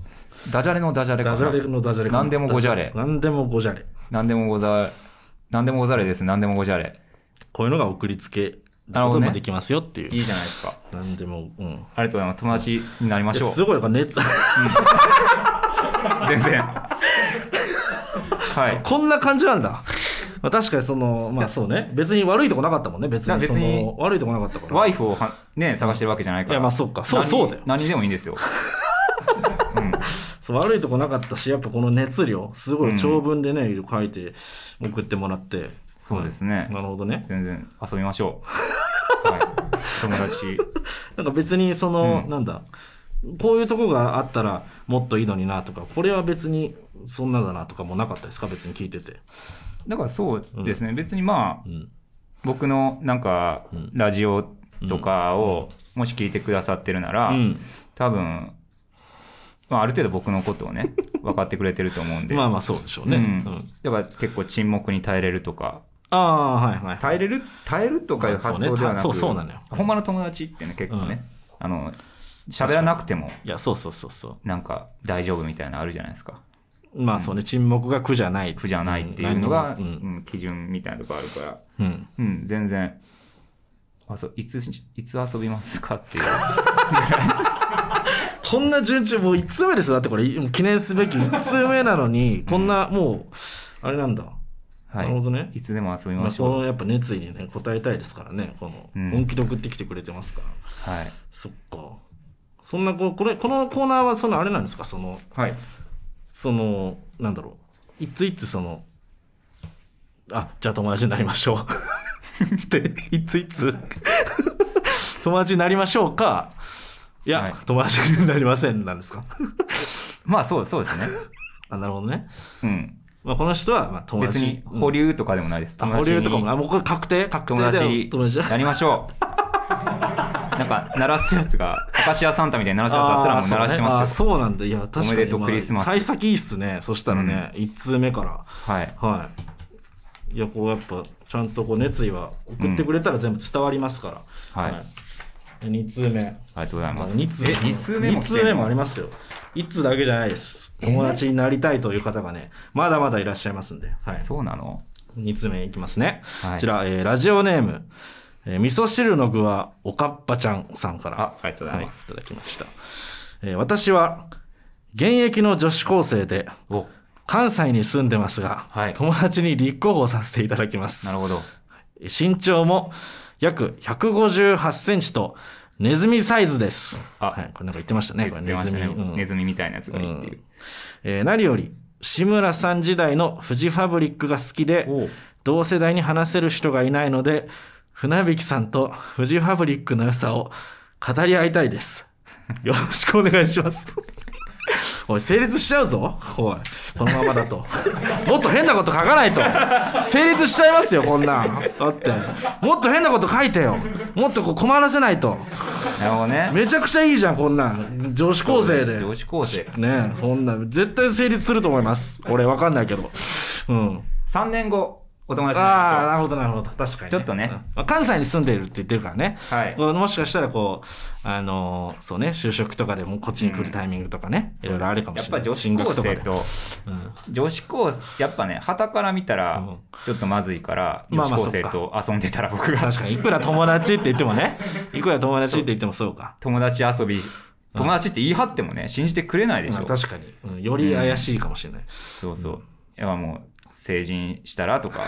ダジャレのダジャレかダなジャレのダジャレかな何でもごじゃれ何でもごじゃれ。何でもござ何でもござれです何でもごじゃれこういうのが送りつけるなるこほどとねもできますよっていう。いいじゃないですか何でも、うあん。りがとうございます友達になりましょうすごい、なんか熱、全 然はいこんな感じな んだ。まあ確かにその、まあそうね。別に悪いとこなかったもんね。別いやに別そにの、悪いとこなかったから。ワイフをはね探してるわけじゃないからいやまあそうかそう何そうだよ何でもいいんですようんそう悪いとこなかったし、やっぱこの熱量、すごういん長文でね、いろいろ書いて送ってもらって。そうですねなるほどね。全然遊びましょ うはい友達なんか別にその、うんなんだ、こういうとこがあったらもっといいのになとか、これは別にそんなだなとかもなかったですか別に聞いてて。だからそうですね、別にまあうん。僕のなんかうんラジオとかをもし聞いてくださってるなら、うん多分、まあ、ある程度僕のことを ね分かってくれてると思うんで、まあまあそうでしょうね。ううんんだから結構沈黙に耐えれるとかああ、はいはい。耐えれる耐えるとかいう発想ではなく、まあそうねたそうそうなのよほんまの友達ってね結構ね、あの喋らなくてもいや、そうそうそうそう。なんか大丈夫みたいなのあるじゃないですかまあそうね、沈黙が苦じゃない。苦じゃないっていうのが、うんうん基準みたいなとこあるから、うん。うん、全然。あそういつしいつ遊びますかって いう。こんな順調、もう1通目ですよ。だってこれ、もう記念すべき1通目なのに、こんな、もう、あれなんだ。はなるほどねいつでも遊びままあ、しこょう。のやっぱ熱意にね、応えたいですからね。この、うん本気で送ってきてくれてますから。はい。そっか。そんなこ、これ、このコーナーは、その、あれなんですか、その、はい。 その、なんだろう。いついつその、あ、じゃあ友達になりましょう。 って、いついつ友達になりましょうか、いや、はい友達になりませんなんですか。まあそうそうです ね。あ、なるほどね。うん。まあ、この人は、まあ、友別達。にうん保留とかでもないです。あ保留とかも友な、もうこれ確定確定だよ達に友友達達だになりましょう。なんか鳴らすやつが明石家サンタみたいに鳴らすやつあったらもう鳴らしてますよ。そうねあそうなんだ。いや、確かに。おめでとうクリスマス幸先いいっすね。そしたらね、一通目から。はい。はい。いや、こうやっぱ、ちゃんとこう熱意は送ってくれたら全部伝わりますから。はいい。2通あ目。りがとうございます。 2通え二通目も二来てん通の目もありますよ。1通だけじゃないです。友達になりたいという方がね、まだまだいらっしゃいますんで。はい。そうなの2通目いきますね。はいこちら、えーラジオネーム、えー味噌汁の具はおかっぱちゃんさんから。あありがとうございますはただきました。えー私は、現役の女子高生で、お関西に住んでますが、はい友達に立候補させていただきます。なるほど。身長も約158センチとネズミサイズです。あはい、これなんか言ってましたね。これ出ましたね。うんネズミみたいなやつがいいっていう。えー何より志村さん時代のフジファブリックが好きでおう同世代に話せる人がいないので船引さんとフジファブリックの良さを語り合いたい です。よろしくお願いします。おい、成立しちゃうぞ。おい、このままだと。もっと変なこと書かないと。成立しちゃいますよ、こんなん。だって、もっと変なこと書いてよ。もっとこう困らせないと。なるほどね。めちゃくちゃいいじゃん、こんなん。女子高生で。女子高生。ねえ、そんな、絶対成立すると思います。俺、わかんないけど。うん。 3年後、お友達になりましょうああ、なるほど、なるほど。確かに、ちょっとねうんまあ関西に住んでるって言ってるからね。はいこうもしかしたら、こう、あのーそうね、就職とかでも、こっちに来るタイミングとかね、いろいろあるかもやっしれなぱい。女子高生と進学とかで。 うん女子高やっぱねはたから見たうらんちょっとまずいからま女あ子まあ高生と遊んでたら僕が確かに、いくら友達って言って もね、いくら友達って言ってもそうか。友達遊び友達って言い張ってもね信じてくれないでしまあょ確かに、うんより怪しいかもしれない。そうそういやもう成人したらと か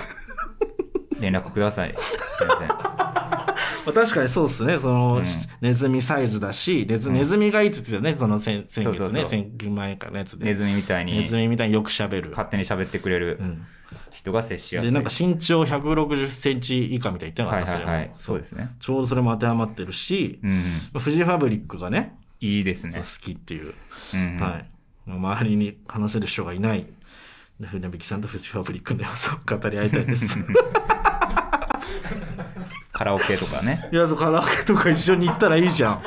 連絡ください先生まあ、確かにそうですね。その、うんネズミサイズだし、ネズ,、ネズミがいいって言ってたよね、その先先そう月そうそね、う先前からのやつで。ネズミみたいネにズミみたいによく喋る。勝手に喋ってくれるうん人が接しやすで、いなんか身長160センチ以下みたいに言ってなかはいった、はいはいそそうれもですねちょうどそれも当てはまってるし、うんフジファブリックがね、いいですねそう好きっていう、うんはいまあ周りに話せる人がいない、で船引さんとフジファブリックの良さを語り合いた いです。カラオケとかねいや、そう、カラオケとか一緒に行ったらいいじゃん。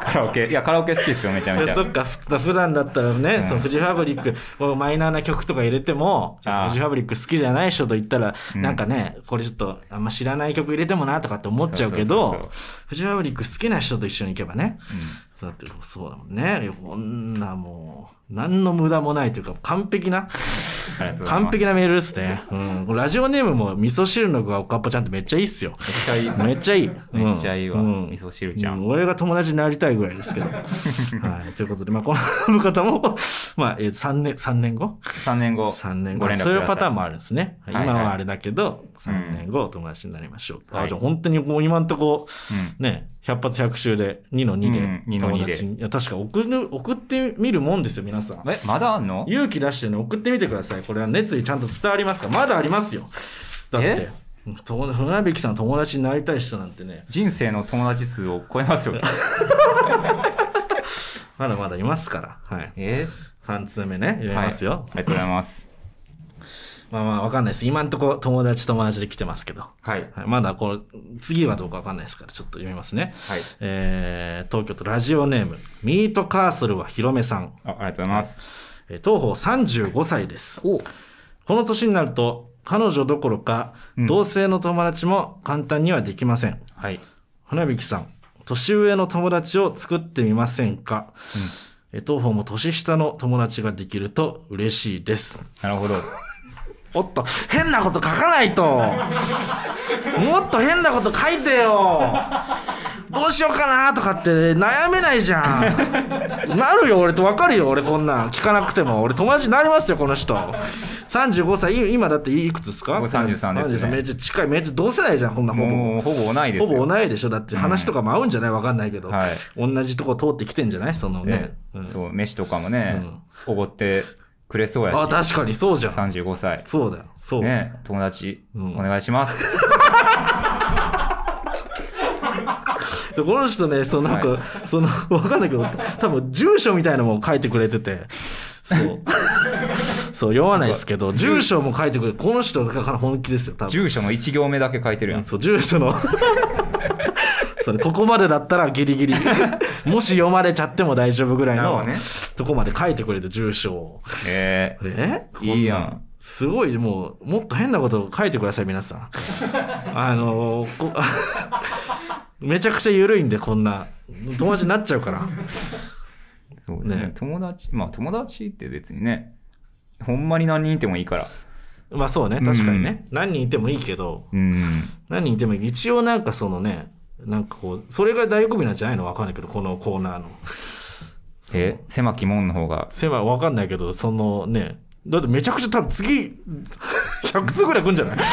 カラオケいやカラオケ好きですよめちゃめいちやゃそっかふ普段だったらね、うんそのフジファブリックこうマイナーな曲とか入れてもあーフジファブリック好きじゃない人と言ったら、うんなんかねこれちょっとあんま知らない曲入れてもなとかって思っちゃうけそうどそうそうフジファブリック好きな人と一緒に行けばねうんそうだってそうだもんねいやこんなもう何の無駄もないというか完璧あなりがとうございます完璧なメールですね、うん、ラジオネームも味噌汁の具はおかっぱちゃんってめっちゃいいっすよめっちゃいいめっちゃいい。めっちゃいいわうん味噌汁ちゃんう俺が友達になりたいぐらいです けど。はい。ということで、まあ、この方も、まあ、えー、3年、三年後3年後 ?3 年ご後。連絡そういくうださパターンもあるんですね。はいはいはい今はあれだけど、3年後、友達になりましょう。はあ、いじゃあ本当にもう今んとこ、うんね、100発100中で、2の2で、うん二の二でに。いや、確か送る、送ってみるもんですよ、皆さん。えまだあんの勇気出してね送ってみてくださいこれは熱意ちゃんと伝わりますからまだありますよだってえ友達船引さん友達になりたい人なんてね人生の友達数を超えますよまだまだいますからはいえ3通目ね入れますよ、はい、ありがとうございますまあまあわかんないです今んとこ友達友達で来てますけど、ははいい、まだこう次はどうかわかんないですからちょっと読みますねはいえー東京都ラジオネームミートカーソルはひろめさんあありがとうございますえー東方35歳ですこの年になると彼女どころかうん同性の友達も簡単にはできません、はい船引さん年上の友達を作ってみませんか、えー当方も年下の友達ができると嬉しいです。なるほど。おっと、変なこと書かないと。もっと変なこと書いてよ。どうしようかなとかって悩めないじゃん。なるよ、俺と分かるよ、俺こんなん。聞かなくても。俺友達になりますよ、この人。35歳、い今だっていくつですか僕33ですねめっちゃ近い、めっちゃ同世代じゃん、こんなほぼ。もうほぼ同いですよ。ほぼ同いでしょだって話とかも合うんじゃないわかんないけど、はい同じとこ通ってきてんじゃないそのえ、ねえうんそう、飯とかもね、おごってくれそうやし。あ確かにそうじゃん35歳。そうだよそう、ねえ友達、うんお願いします。でこの人ねそのなんか、はそのわかんないけど多分住所みたいのも書いてくれててそう そう読まないですけど住所も書いてくれこの人だから本気ですよ多分住所の1行目だけ書いてるやん。そう住所の そうねここまでだったらギリ ギリもし読まれちゃっても大丈夫ぐらいなるほのどねとこまで書いてくれて住所を。えええいいやん。すごいもうもっと変なこと書いてください皆さん あのこ めちゃくちゃ緩いんでこんな友達になっちゃうからそうですねね友達、まあ友達って別にね、ほんまに何人いてもいいから。まあそうね確かにね、何人いてもいいけどうん。何人いてもいい一応なんかそのねなんかこうそれが醍醐味なんじゃないのわかんないけどこのコーナーのえ、狭き門の方が。狭いわかんないけどそのねだってめちゃくちゃ多分次100通ぐらい来んじゃない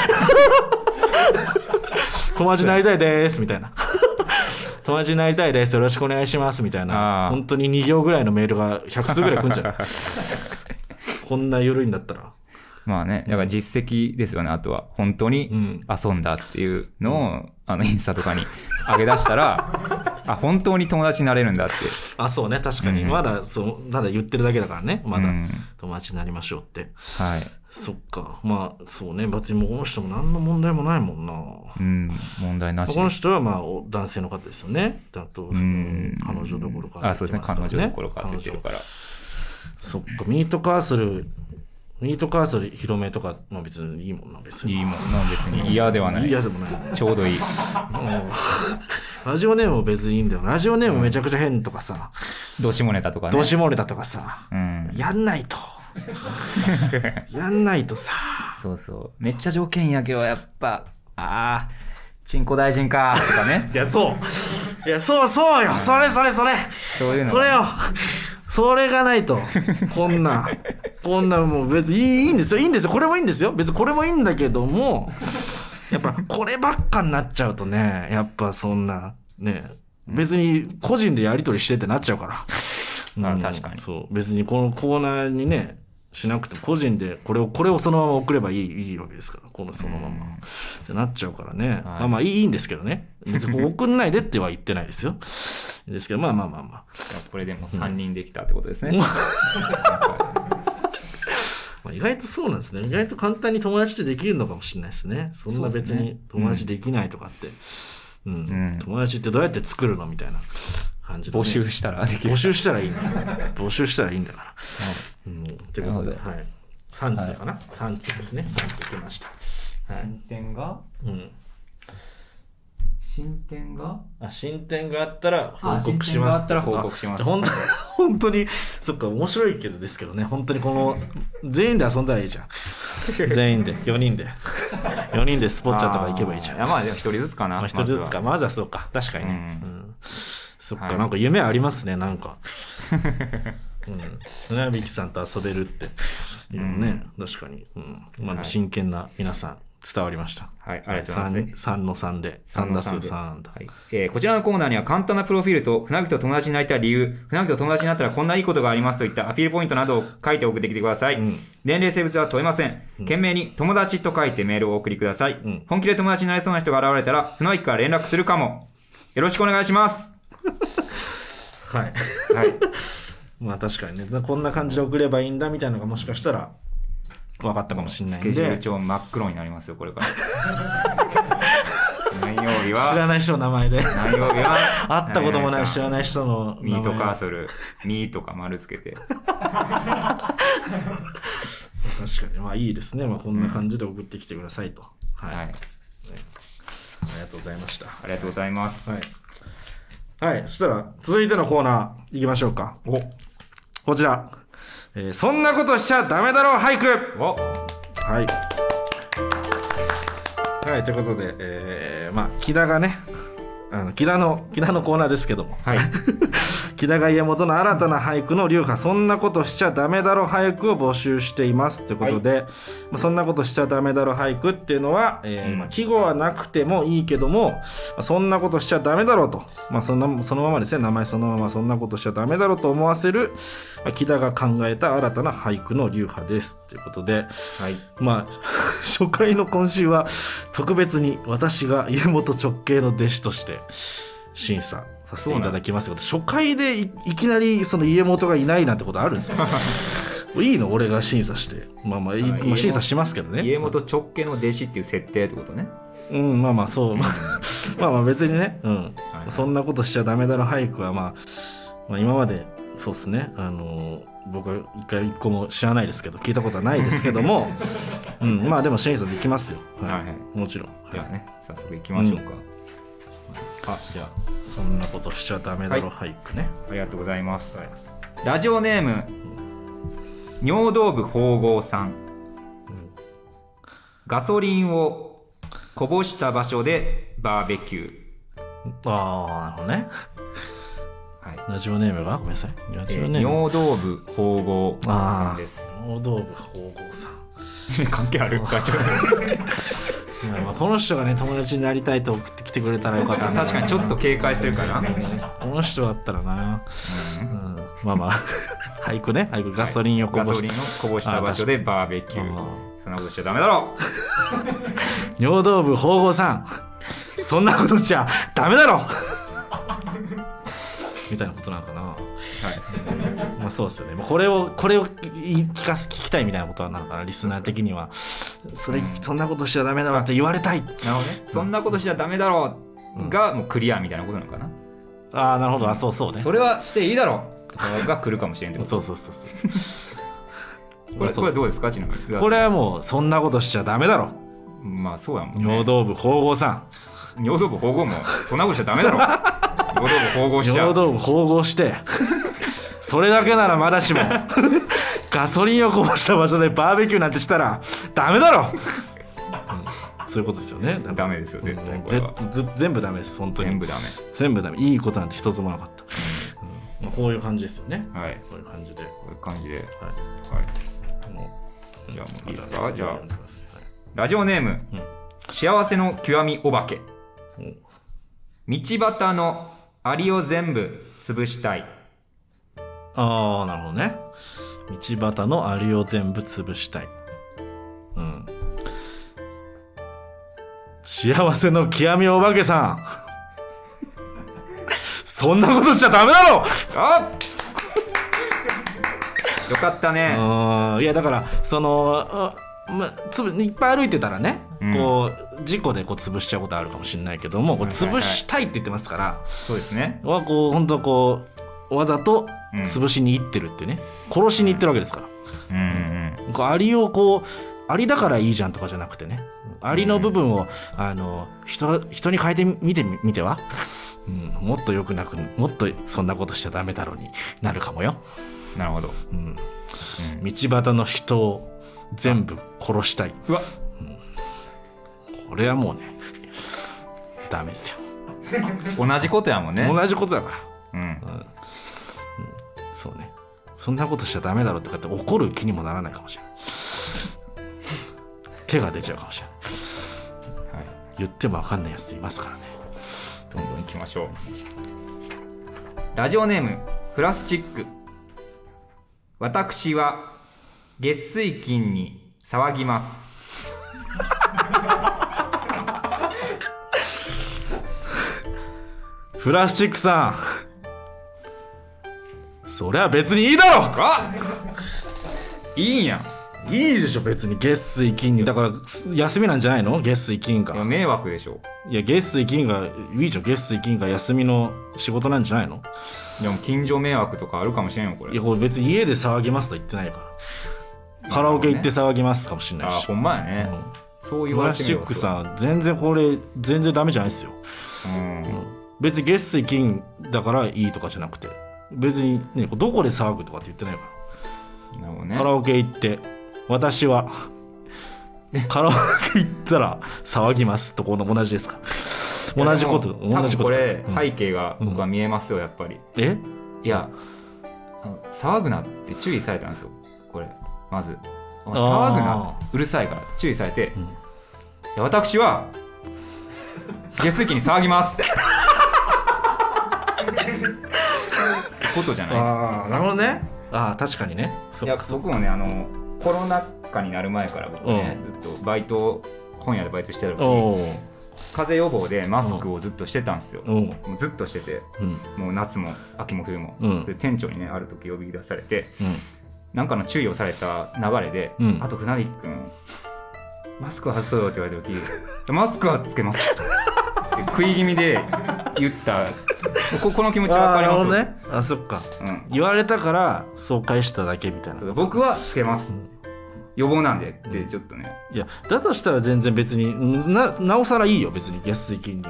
友達になりたいですみたいな友達になりたいですよろしくお願いしますみたいあなー本当に2行ぐらいのメールが100通ぐらい来ん じゃないこんな緩いんだったらまあね、だから実績ですよね、あとは。本当うにん遊んだっていうのを、あの、インスタとかに上げ出した ら、あ、本当に友達になれるんだって。あそうね確かに、うんまだそうまだ言ってるだけだからねまだ、うん友達になりましょうってはい。そっかまあそうね別にもうこの人も何の問題もないもんなうん、問題なしこの人はまあお男性の方ですよね。だとその彼女どころか。あ、そうですね、彼女どころかって言ってるからら。そっか、ミートカーソル、ミートカーソル広めとか、まあ別にいいもんな、別いに。いもんな、別に嫌ではない。嫌でもない。ちょうどいい。うんラジオネームも別にいいんだよ。ラジオネームめちゃくちゃ変とかさ、どしもネタとかね。どしもれたとかさ、うん。やんないと。やんないとさ。そうそう。めっちゃ条件やけど、やっぱ、ああ、チンコ大臣か、とかね い。や、そう。いや、そうそうよ。それそれそれ。そういうの。それよそれ がないとこんなこんなもう別にいいいいんですよいいんですよこれもいいんですよ別にこれもいいんだけどもやっぱこればっかになっちゃうとねやっぱそんなね別に個人でやり取りしてってなっちゃうから、あうん確かにそう別にこのコーナーにねしなくても個人でこれをこれをそのまま送ればいいいいわけですからこのそのままってなっちゃうからね、まあまあいいいいんですけどね別にこう送んないでっては言ってないですよですけどまあまあまあまあこれでも3人できたってことですね。まあ、意外とそうなんですね。意外と簡単に友達ってできるのかもしれないですね。そんな別そうですにね友達できないとかって。うんうん友達ってどうやって作るのみたいな感じで、募集したらできる募。集したらいいの。募集したらいいんだから。うん。ってことで、なるはい。3通かな、三 ?3 通ですね。3通来ました。はい。展がうん。進展があ、進展があったら報あ進告展します。があったら報告しますあ本当に、 本当に、そっか、面白いけどですけどね、本当にこの、全員で遊んだらいいじ ゃん。全員で、4人で。4人でスポッチャーとか行けばいいじゃん。あーやまあ、でも1人ずつかな。まあ、一人ずつか、ままずはそうか、確かにね。ううんんそっか、はいなんか夢ありますね、なんか。うん、船引さんと遊べるっていうのね、確かに、うんまはあ、い真剣な皆さん伝わりました、はいありがとうございます3の3で3打数3だずははいえーこちらのコーナーには簡単なプロフィールと船引と友達になりたい理由、船引と友達になったらこんないいことがありますといったアピールポイントなどを書いて送ってきてください。うん年齢性別は問いません。懸命に友達と書いてメールをお送りください。ん本気で友達になりそうな人が現れたら船引から連絡するかも。よろしくお願いします。はい はい。まあ確かにねこんな感じで送ればいいんだみたいなのがもしかしたら分かったかもしれないスんでケジュール知帳真っ黒になりますよ、これから。何 曜日らは、ない人の名前 で何曜日は、会ったこともない知らい。ない人の名ミ前ートカーソル、ミーとか丸つけて。確かにまあいいですねまあこんな感じで送ってきてくださいと、はい、はい。ありがとうございましたありがとうございます。はい、はい、そしたら続いてのコーナーいきましょうかお、こちら、えーそんなことしちゃダメだろう俳句おはい。はい、ということで、えーまあ、木田がね、あの木田の、木田のコーナーですけども、 はい木田が家元の新たな俳句の流派、そんなことしちゃダメだろ俳句を募集していますということで、まあ、そんなことしちゃダメだろ俳句っていうのは、えーうんまあ、季語はなくてもいいけども、まあそんなことしちゃダメだろうと、まあ、そんなそのままですね、名前そのままそんなことしちゃダメだろうと思わせる、まあ、木田が考えた新たな俳句の流派ですということで、はいまあ 初回の今週は特別に私が家元直系の弟子として審査させていただきますけど初回でいいきなりその家元がいないなんてことあるん ですかいいの俺が審査してまあまあ、いいあま家あ、元審査しますけどね家元直系の弟子っていう設定ってことねうんまあまあそうまあ まあ別にね、うんはいそんなことしちゃダメだろ俳句は、まあ、まあ今までそうですねあの僕は一回一個も知らないですけど聞いたことはないですけど も、うん、まあでも審査できますよ、はいはいもちろん、ではね早速行きましょうか、あじゃあそんなことしちゃダメだろ、俳句ねありがとうございます、はいラジオネーム尿道部縫合さん、ガソリンをこぼした場所でバーベキュー、ああなるほどねはいラジオネームがごめんなさいラえジオーネーム、尿道部縫合さんです農道部縫合さん関係あるガチョ いやまあこの人がね友達になりたいと送ってきてくれたらよかったんだ確けどかにちょっと警戒するから、 この人だったらな、ううんん、まあまあ 俳句ね俳句ガソリンをこガぼソしリンをこぼした場所でバーベキュあーそんなことしちゃダメだろ尿道部縫合さんそんなことじゃダメ だろみたいなことなのかなはいまあそうですよね。まあこれを、これをい聞かす、聞きたいみたいなことなのかな、リスナー的には。それ、そんなことしちゃダメだろって言われたい。なるほどねそんなことしちゃダメだろうがもうクリアみたいなことなのかなああ、なるほど。あ、そうそうね。それはしていいだろ うとかが来るかもしれんってことそうそうそうそう。これそうこれどうですかちなみにこれはもう、そんなことしちゃダメだろ。まあそうやもんね尿道部縫合さ尿道部縫合もそんなことしちゃダ メだろ尿道部縫合ん。しちゃ尿う道部縫合して、それだけならま だしも、ガソリンをこぼした場所でバーベキューなんてしたら、ダメだろ、うんそういうことですよね。ダメですよ絶対うんこれはぜず全部ダメです、本当に。全部ダメ全部ダメいいことなんて一つもなかった、うんまあこういう感じですよねはいこういう感じで、はい、こういう感じで、はい、もうじゃあもうまいいですまかたじゃあ読んでくださいラジオネーム、うん幸せの極みお化けはい道端のアリを全部潰したいああなるほどね道端のアリを全部潰したいうん幸せの極みお化けさん そんなことしちゃダメだろあ よかったねうんいやだからその、あま、つぶいっぱい歩いてたらね、うんこう事故でこう潰しちゃうことあるかもしれないけどもこうはいはいはい潰したいって言ってますから、はそうですねこう本当こうわざとうん潰しに行ってるってね、殺しに行ってるわけですから、うんうんこうアリをこうアリだからいいじゃんとかじゃなくてねアリの部分を、あの人人に変えてみてみ見ては、うん、もっと良くなくもっとそんなことしちゃダメだろうになるかもよ。なるほど、うんうん道端の人を全部殺したいうわこれはもうねダメですよ、同じことやもんね同じことだかうんらそうねそんなことしちゃダメだろとかって怒る気にもならないかもしれない手が出ちゃうかもしれないはい言っても分かんないやつっていますからねどんどん行きましょうラジオネームプラスチック私は月水金に騒ぎますプラスチックさんそりゃ別にいいだろあいいんやいいでしょ別に月水金にだから休みなんじゃないの月水金がいや迷惑でしょいや、月水金が、いいじゃん、月水金が休みの仕事なんじゃないのでも近所迷惑とかあるかもしれんよこいれや、これ別に家で騒ぎますとは言ってないから。カラオケ行って騒ぎますかもしれあないしほ。んまやね、そう言プわラれスてみチれッばクさん、全然これ、全然ダメじゃないですよ。そううん別に月水金だからいいとかじゃなくて、別にねどこで騒ぐとかって言ってないかなるほどら、ねカラオケ行って私はカラオケ行ったら騒ぎますとこの同じですか同じこといや同じでもこと多分こうんれ背景が僕は見えますよやっぱりえいやあの騒ぐなって注意されたんですよこれまずお前あー騒ぐなうるさいから注意されて、んいや私は下水器に騒ぎますことじゃないああなるほどねああ確かにねそいっやかそっか僕もねあのコロナ禍になる前から僕ね、ずっとバイトを本屋でバイトしてた時におー風邪予防でマスクをずっとしてたんですよ、おーもうずっとしててうんもう夏も秋も冬も、うんで店長にねある時呼び出されてうんなんかの注意をされた流れで「うんあと船引くんマスク外そうよ」って言われた時「マスクはつけます」って食い気味で言ったここの気持ちわかりますあーなるほどねあそっかうん言われたからそう返しただけみたいなそう僕はつけますうん予防なんでってちょっとねいやだとしたら全然別にうんななおさらいいよ別に安い金に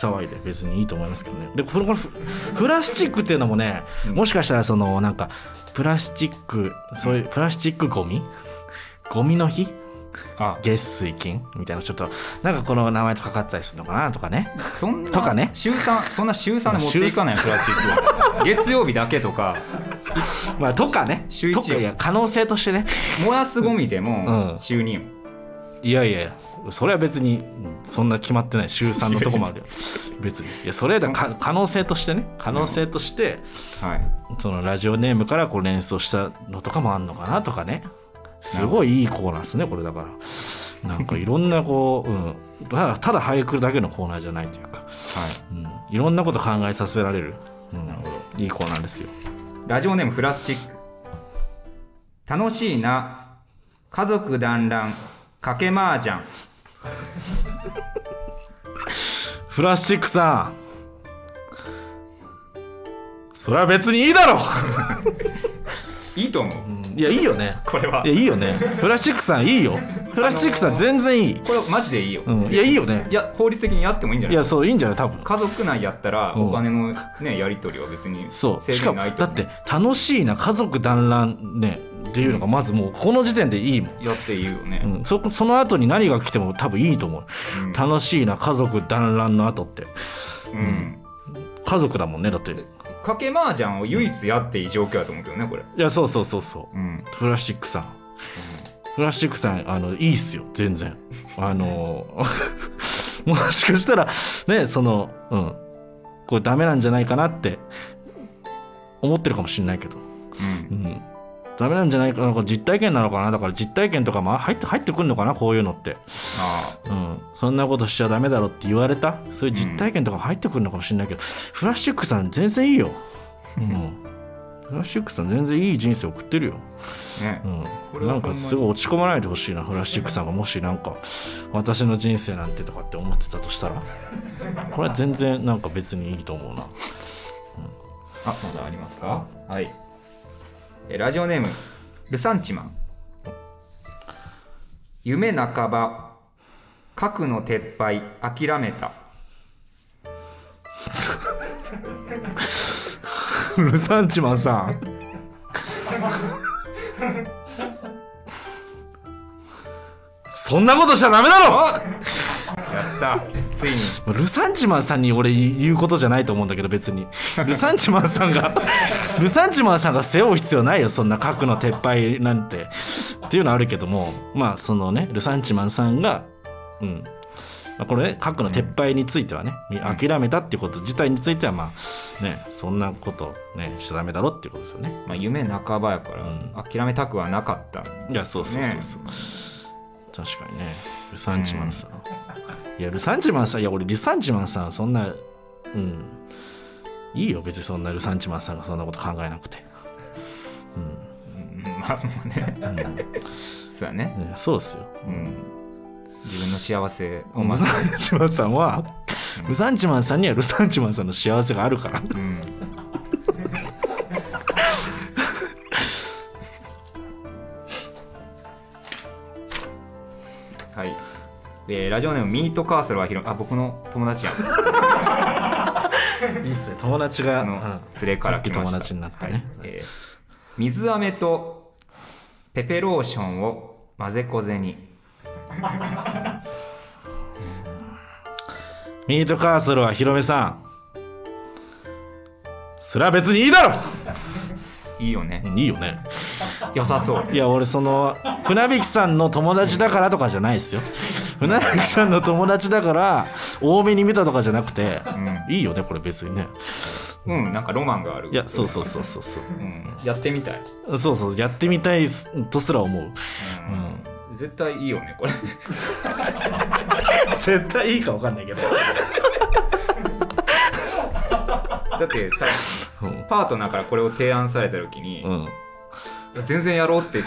騒いで別にいいと思いますけどねでこのこのフプラスチックっていうのもね、うんもしかしたらそのなんかプラスチックそういうプラスチックゴミゴミの日あ月水金みたいなちょっとなんかこの名前とかかったりするのかなとか ねそんなとかね週3そんな週3で持っていか ないよプラスチックは月曜日だけとかまあとかね週一とかいや可能性としてね燃やすゴミでうもん週2よいやいやそれは別にうんそんな決まってない週3のとこもあるよ別にいやそれだか可能性としてね可能性として、はいそのラジオネームからこう連想したのとかもあんのかなとかねすごいいいコーナーですねこれだからなんかいろんなこう、うん、ただただ俳句だけのコーナーじゃないというか、はいうん、いろんなこと考えさせられる、うん、いいコーナーですよラジオネームプラスチック楽しいな家族団らんかけ麻雀フラスチックさんそれは別にいいだろいいと思う、ういやいいよねこれはいやいいよねフラスチックさんいいよフラスチックさん全然いい、これマジでいいよ、うん、いやいいよねいや法律的にやってもいいんじゃいないやそういいんじゃない多分家族内やったらうんお金のねやり取りは別にそう制しか限もないとだって楽しいな家族団らんねっていうのがまずもうこの時点でいいもん、やっていいよね、うん、そその後に何が来ても多分いいと思う、うん楽しいな家族団らんの後ってうん家族だもんねだっていかけ麻雀を唯一やっていい状況だと思うけどねこれやそうそうそうそうんうプラスチックさんプラスチックさんあのいいっすよ全然あの もしかしたらねそのうんこれダメなんじゃないかなって思ってるかもしれないけどうんうん、ダメなんじゃないかなんか実体験なのかなだから実体験とかも入って入ってくるのかなこういうのって、あうん、そんなことしちゃダメだろって言われたそういう実体験とか入ってくるのかもしれないけど、フラッシュックさん全然いいよ、うん、フラッシュックさん全然いい人生送ってるよ、あねこうれん、はほなんんまにかすごい落ち込まないでほしいなフラッシュックさんがもしなんか私の人生なんてとかって思ってたとしたらこれは全然なんか別にいいと思うなあまだありますかはいえラジオネームルサンチマン夢半ば核の撤廃諦めたルサンチマンさん。そんなことしちゃダメだろやったついにルサンチマンさんに俺言うことじゃないと思うんだけど別にルサンチマンさんがルサンチマンさんが背負う必要ないよそんな核の撤廃なんてっていうのはあるけどもまあそのねルサンチマンさんがうんまあこれね核の撤廃についてはねみ諦めたっていうこと自体についてはまあねそんなことねしちゃダメだろっていうことですよねまあ、夢半ばやかうんら諦めたくはなかった、いやそうそうそうそう、確かにねルサンチマンさん、いやルサンチマンさんいや俺ルサンチマンさんそんなうんいいよ別にそんなルサンチマンさんがそんなこと考えなくてうんまあもうね、 そうやね、ねそうですようん、自分の幸せをルまず、サンチマンさんはルサンチマンさんにはルサンチマンさんの幸せがあるからうん、はい えーラジオネームミートカーソルは広あ僕の友達やんいいっですね友達あが、のうん連れから来ましたさっき友達になったねはいえー水飴とペペローションを混ぜこぜにミートカーソルはヒロメさんそれは別にいいだろいいよね、うんいいよね良さそういや俺その船引さんの友達だからとかじゃないですよ船引さんの友達だから多めに見たとかじゃなくて、いいよねこれ別にねうんなんかロマンがあるいやそうそうそうそうそううん、やってみたい、そうそうやってみたいすとすら 思う、うん、絶対いいよねこれ 絶対いいか分かんないけど、だって多分うんパートナーからこれを提案された時に、うん、全然やろうって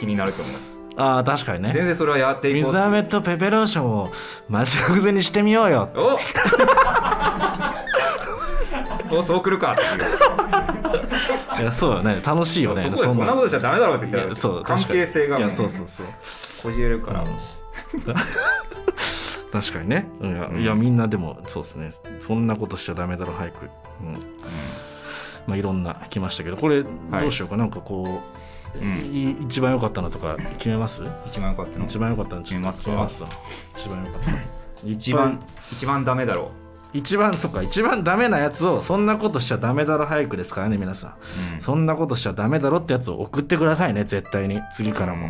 気になると思うあー確かに全ね然それはやっていこう水飴とペペローションをマジ偶然にしてみようよ おおそうくるかっていういやそうよね楽しいよねそこでそんなことしちゃダメだろうってい言ったやらそう関確かに係性がいもやそうそうそうこじれるから、 確かにね、うんいやいやみんなでもそうですねそんなことしちゃダメだろ早く、うんまあ、いろんな来ましたけどこれどうしようか、なんかこう、うんい一番良かったのとか決めます一番良かったの一番良かったのちょっと決めます決一番良かったの一番一番ダメだろ一番そっか一番ダメなやつをそんなことしちゃダメだろ早くですからね皆さん、うんそんなことしちゃダメだろってやつを送ってくださいね絶対に次かうらも、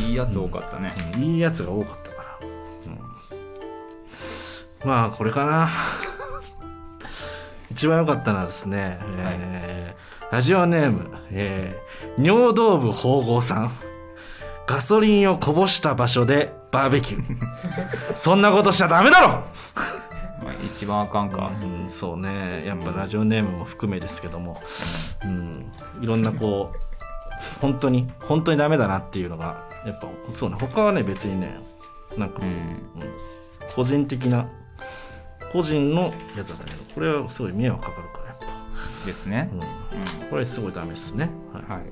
いいやつ多かったね、うんいいやつが多かったから、うんまあこれかな 一番良かったのはですね、えーラジオネーム、えー尿道部縫合さんガソリンをこぼした場所でバーベキュー そんなことしちゃダメだろまあ一番あかんか、うん、そうねやっぱラジオネームも含めですけども、うん、いろんなこう本当に本当にダメだなっていうのがやっぱそうね他はね別にねなんか、ううんん、個人的な個人のやつだけどこれはすごい迷惑かかるからやっぱ、ですね、うん、これすごいダメですねははい、い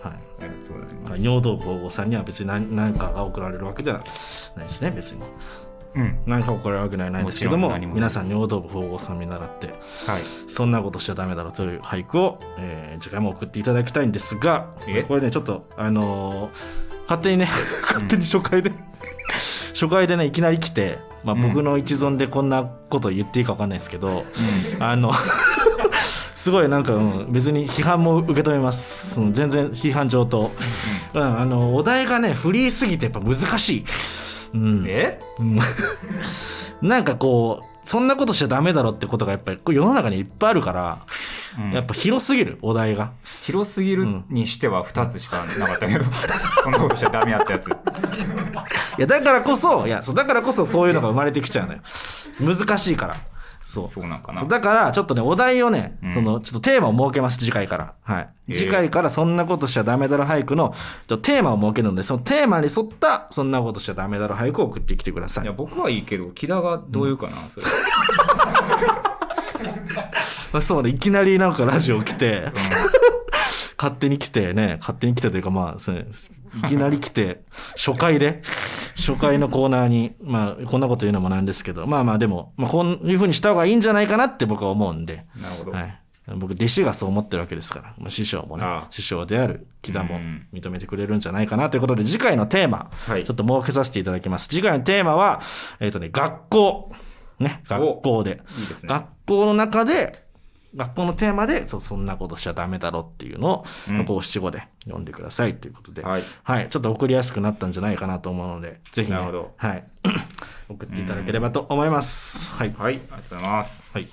はあいりがとうございだまかすら尿道皇后さんには別に何何かが送られるわけではないですね別にうん何か送られるわけではないですけどもちもろん何もない皆さん尿道皇后さん見習ってはいそんなことしちゃダメだろという俳句を、えー次回も送っていただきたいんですがえ、これね、ちょっと、あのー勝手にね、勝手に初回で、初回でね、いきなり来て、まあ、うん僕の一存でこんなこと言っていいか分かんないですけど、あの、 すごいなんか、うん別に批判も受け止めます。うん全然批判上等。うん、あの、お題がね、フリーすぎてやっぱ難しい。うん。えうん なんかこうそんなことしちゃダメだろってことがやっぱりこう世の中にいっぱいあるから、うんやっぱ広すぎるお題が広すぎるにしては2つしかなかった けど、そんなことしちゃダメやったやついやだからこそいやそうだからこそそういうのが生まれてきちゃうのよ難しいからそうそうなんかなそうだからちょっとねお題をね、うんそのちょっとテーマを設けます次回からはい、えー次回からそんなことしちゃダメだろ俳句のちょっとテーマを設けるのでそのテーマに沿ったそんなことしちゃダメだろ俳句を送ってきてくださいいや僕はいいけど木田がどういうかな、それまあ、そうねいきなりなんかラジオ来て、勝手に来てね勝手に来てというかまあそうねいきなり来て初回で初回のコーナーにまあこんなこと言うのもなんですけどまあまあでも、まあ、こういうふうにした方がいいんじゃないかなって僕は思うんで、なるほど、はい、僕弟子がそう思ってるわけですから、まあ、師匠もねああ師匠である木田もうん認めてくれるんじゃないかなということで次回のテーマ、はいちょっと設けさせていただきます次回のテーマはえっ、とね学校ね学校でいいですね学校の中で学校のテーマでそうそんなことしちゃダメだろっていうのをうん五七五で読んでくださいということで、はいちょっと送りやすくなったんじゃないかなと思うのでぜひ、ねなるほどはい 送っていただければと思います。はい、はいありがとうございますはい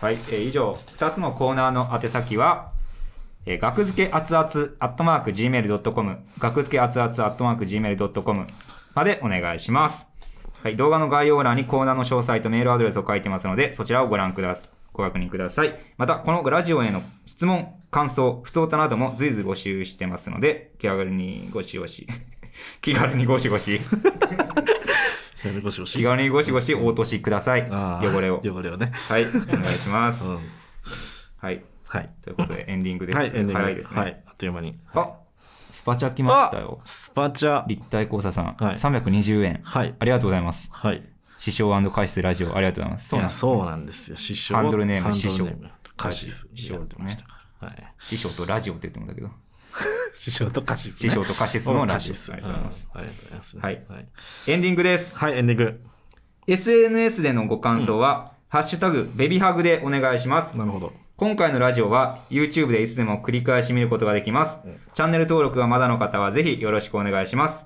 はい、えー以上2つのコーナーの宛先は「えー学付け熱々」「アットマーク Gmail.com」「学付け熱々」「アットマーク Gmail.com」までお願いします、はい、動画の概要欄にコーナーの詳細とメールアドレスを書いてますのでそちらをご覧くださいご確認くださいまたこのラジオへの質問感想不相談なども随時募集してますので気軽にごしごし 気軽にごしごしごしごし気軽にごしごしお落としくださいあー汚れを汚れをね。はいお願いします、うん、はいはい。ということで、エンディングです。はい、エンディング早いですね。はい、あっという間に。あスパチャ来ましたよあ。スパチャ。立体交差さん、はい320円。はいありがとうございます。はい。師匠カシスラジオ、ありがとうございます。そうなんそうなんですよ。師匠。ハンドルネームハンド師匠カシス。師匠とねやってましたからはい。師匠とラジオって言ってもんだけど。師匠とカシス師ね。匠とカシスのラジオカシスあありりががとうとうございごますざいます。はいはい、エンディングです。はいエンディング。 SNS でのご感想は、ハッシュタグ、ベビハグでお願いします。なるほど。今回のラジオは YouTube でいつでも繰り返し見ることができます。チャンネル登録がまだの方はぜひよろしくお願いします。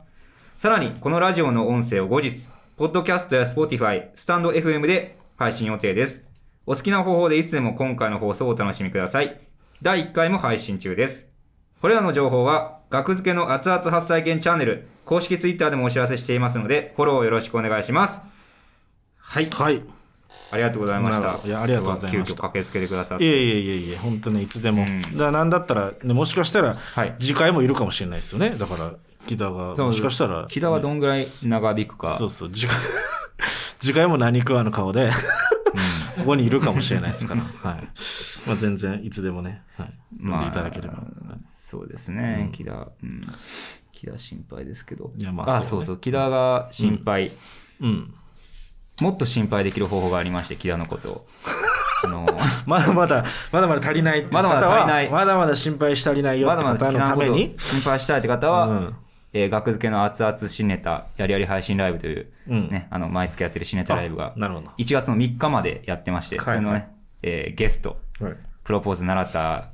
さらに、このラジオの音声を後日、ポッドキャストや Spotify、スタンド FM で配信予定です。お好きな方法でいつでも今回の放送をお楽しみください。第1回も配信中です。これらの情報は、学付けの熱々発体験チャンネル、公式 Twitter でもお知らせしていますので、フォローよろしくお願いします。はい。はい。ありがとうございましなるたほ。どいやありがとうございま急した遽駆けつけてくださっいて。えいえいえいえ、本当ね、いつでも。うんだからなんだったら、ね、もしかしたら、はい次回もいるかもしれないですよね。だから、ギターが、もしかしたら、木田はどんぐらい長引くか。そうそう、次回、 次回も何食わぬ顔で、ここにいるかもしれな いですから、はい。まあ、全然、いつでもね、はい。呼んでいただければ。はいそうですね、木田、うん、木田心配ですけど。いやまああ、そそうねうそう、木田が心配、うん。もっと心配できる方法がありまして、木田のこと を。あの、まだまだ、まだまだ足りないっていう方はまだまだ足りないまだまだ心配して足りないよまっだまてだ方木田ののたこめとをに心、配したいって方は、うんえー学付けの熱々新ネタ、やりやり配信ライブという、うんね、あの、毎月やってる新ネタライブが、なるほど。 1月の3日までやってまして、はいそれのね、えーゲスト、はいプロポーズ習った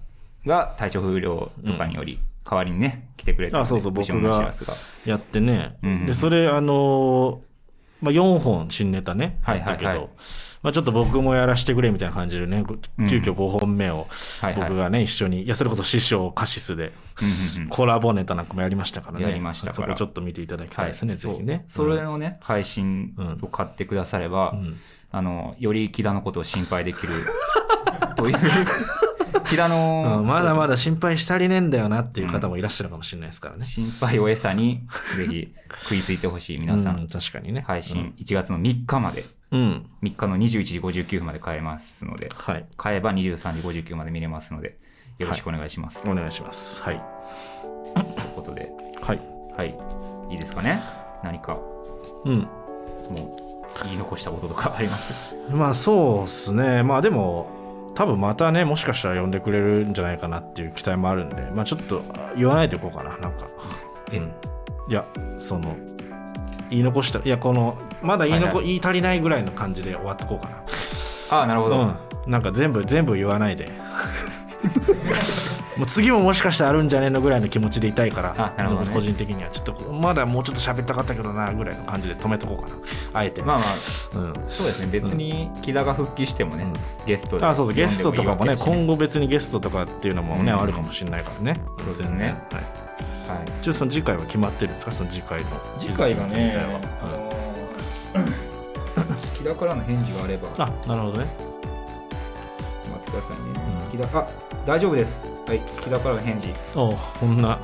が体調不良とかにより、代わりにね、来てくれたのであそうそう僕が後ろの知らせがやってね、うんうんうんでそれあのーまあ、4本新ネタね、はいはいはいやったけどまあ、ちょっと僕もやらせてくれみたいな感じでね、うん急遽5本目をはいはい僕がね、一緒に、いや、それこそ師匠カシスで、うんうんうんコラボネタなんかもやりましたからね、やりましたからそこちょっと見ていただきたいですね、ぜひね。そうそれのね、配信を買ってくだされば、んあの、より木田のことを心配できる という、 木田の、うん、まだまだ心配したりねえんだよなっていう方もいらっしゃるかもしれないですからね。心配を餌に、ぜひ食いついてほしい皆さん、うん確かにね。配信1月の3日まで、うん。うん。 3日の21時59分まで買えますので、はい。買えば23時59まで見れますので、よろしくお願いします。お願いします。はい。ということで、はい。はい、いいですかね何か、うん。もう、言い残したこととかありますまあそうっすねまあでも多分またねもしかしたら呼んでくれるんじゃないかなっていう期待もあるんでまあちょっと言わないでいこうかななんかえうんいやその言い残したいやこのまだ言い残、はいはい言い足りないぐらいの感じで終わってこうかなああ、なるほど。うん、なんか全部全部言 わないでもう次ももしかしたらあるんじゃねえのぐらいの気持ちでいたいからあなるほどね個人的にはちょっとまだもうちょっと喋ったかったけどなぐらいの感じで止めとこうかなあえてまあまあ、うん、そうですね、別に木田が復帰してもね、うんゲストであそうそうゲストとか呼もねんでいい今わ後別にゲストとかっていうのもね、うんあるかもしれないからねそうですね全然はいけだしねはい、一応その次回は決まってるんですかその次回の次回がみねたいなのは、あのー木田からの返事があれば、待あなるほどねってくださいね。う木田、あ大丈夫です。はい、木田からの返事。いやおうこんな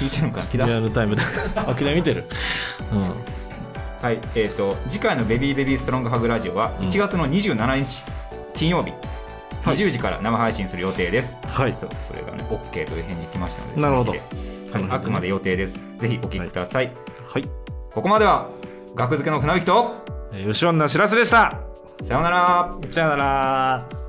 聞いてるのかな、木リ田。アルタ イムであきら見てるうんはい、えっ、と、次回のベビーベビーストロングハグラジオは、うん1月の27日、金曜日、20時から生配信する予定です。はいそうそれがね、OK という返事来ましたので、なるほそのど日でその日でねあくまで予定です。ぜひお聞きください。はいここまでは、学付けの船引きと、えー吉本のしらすでしたさようなら。さよなら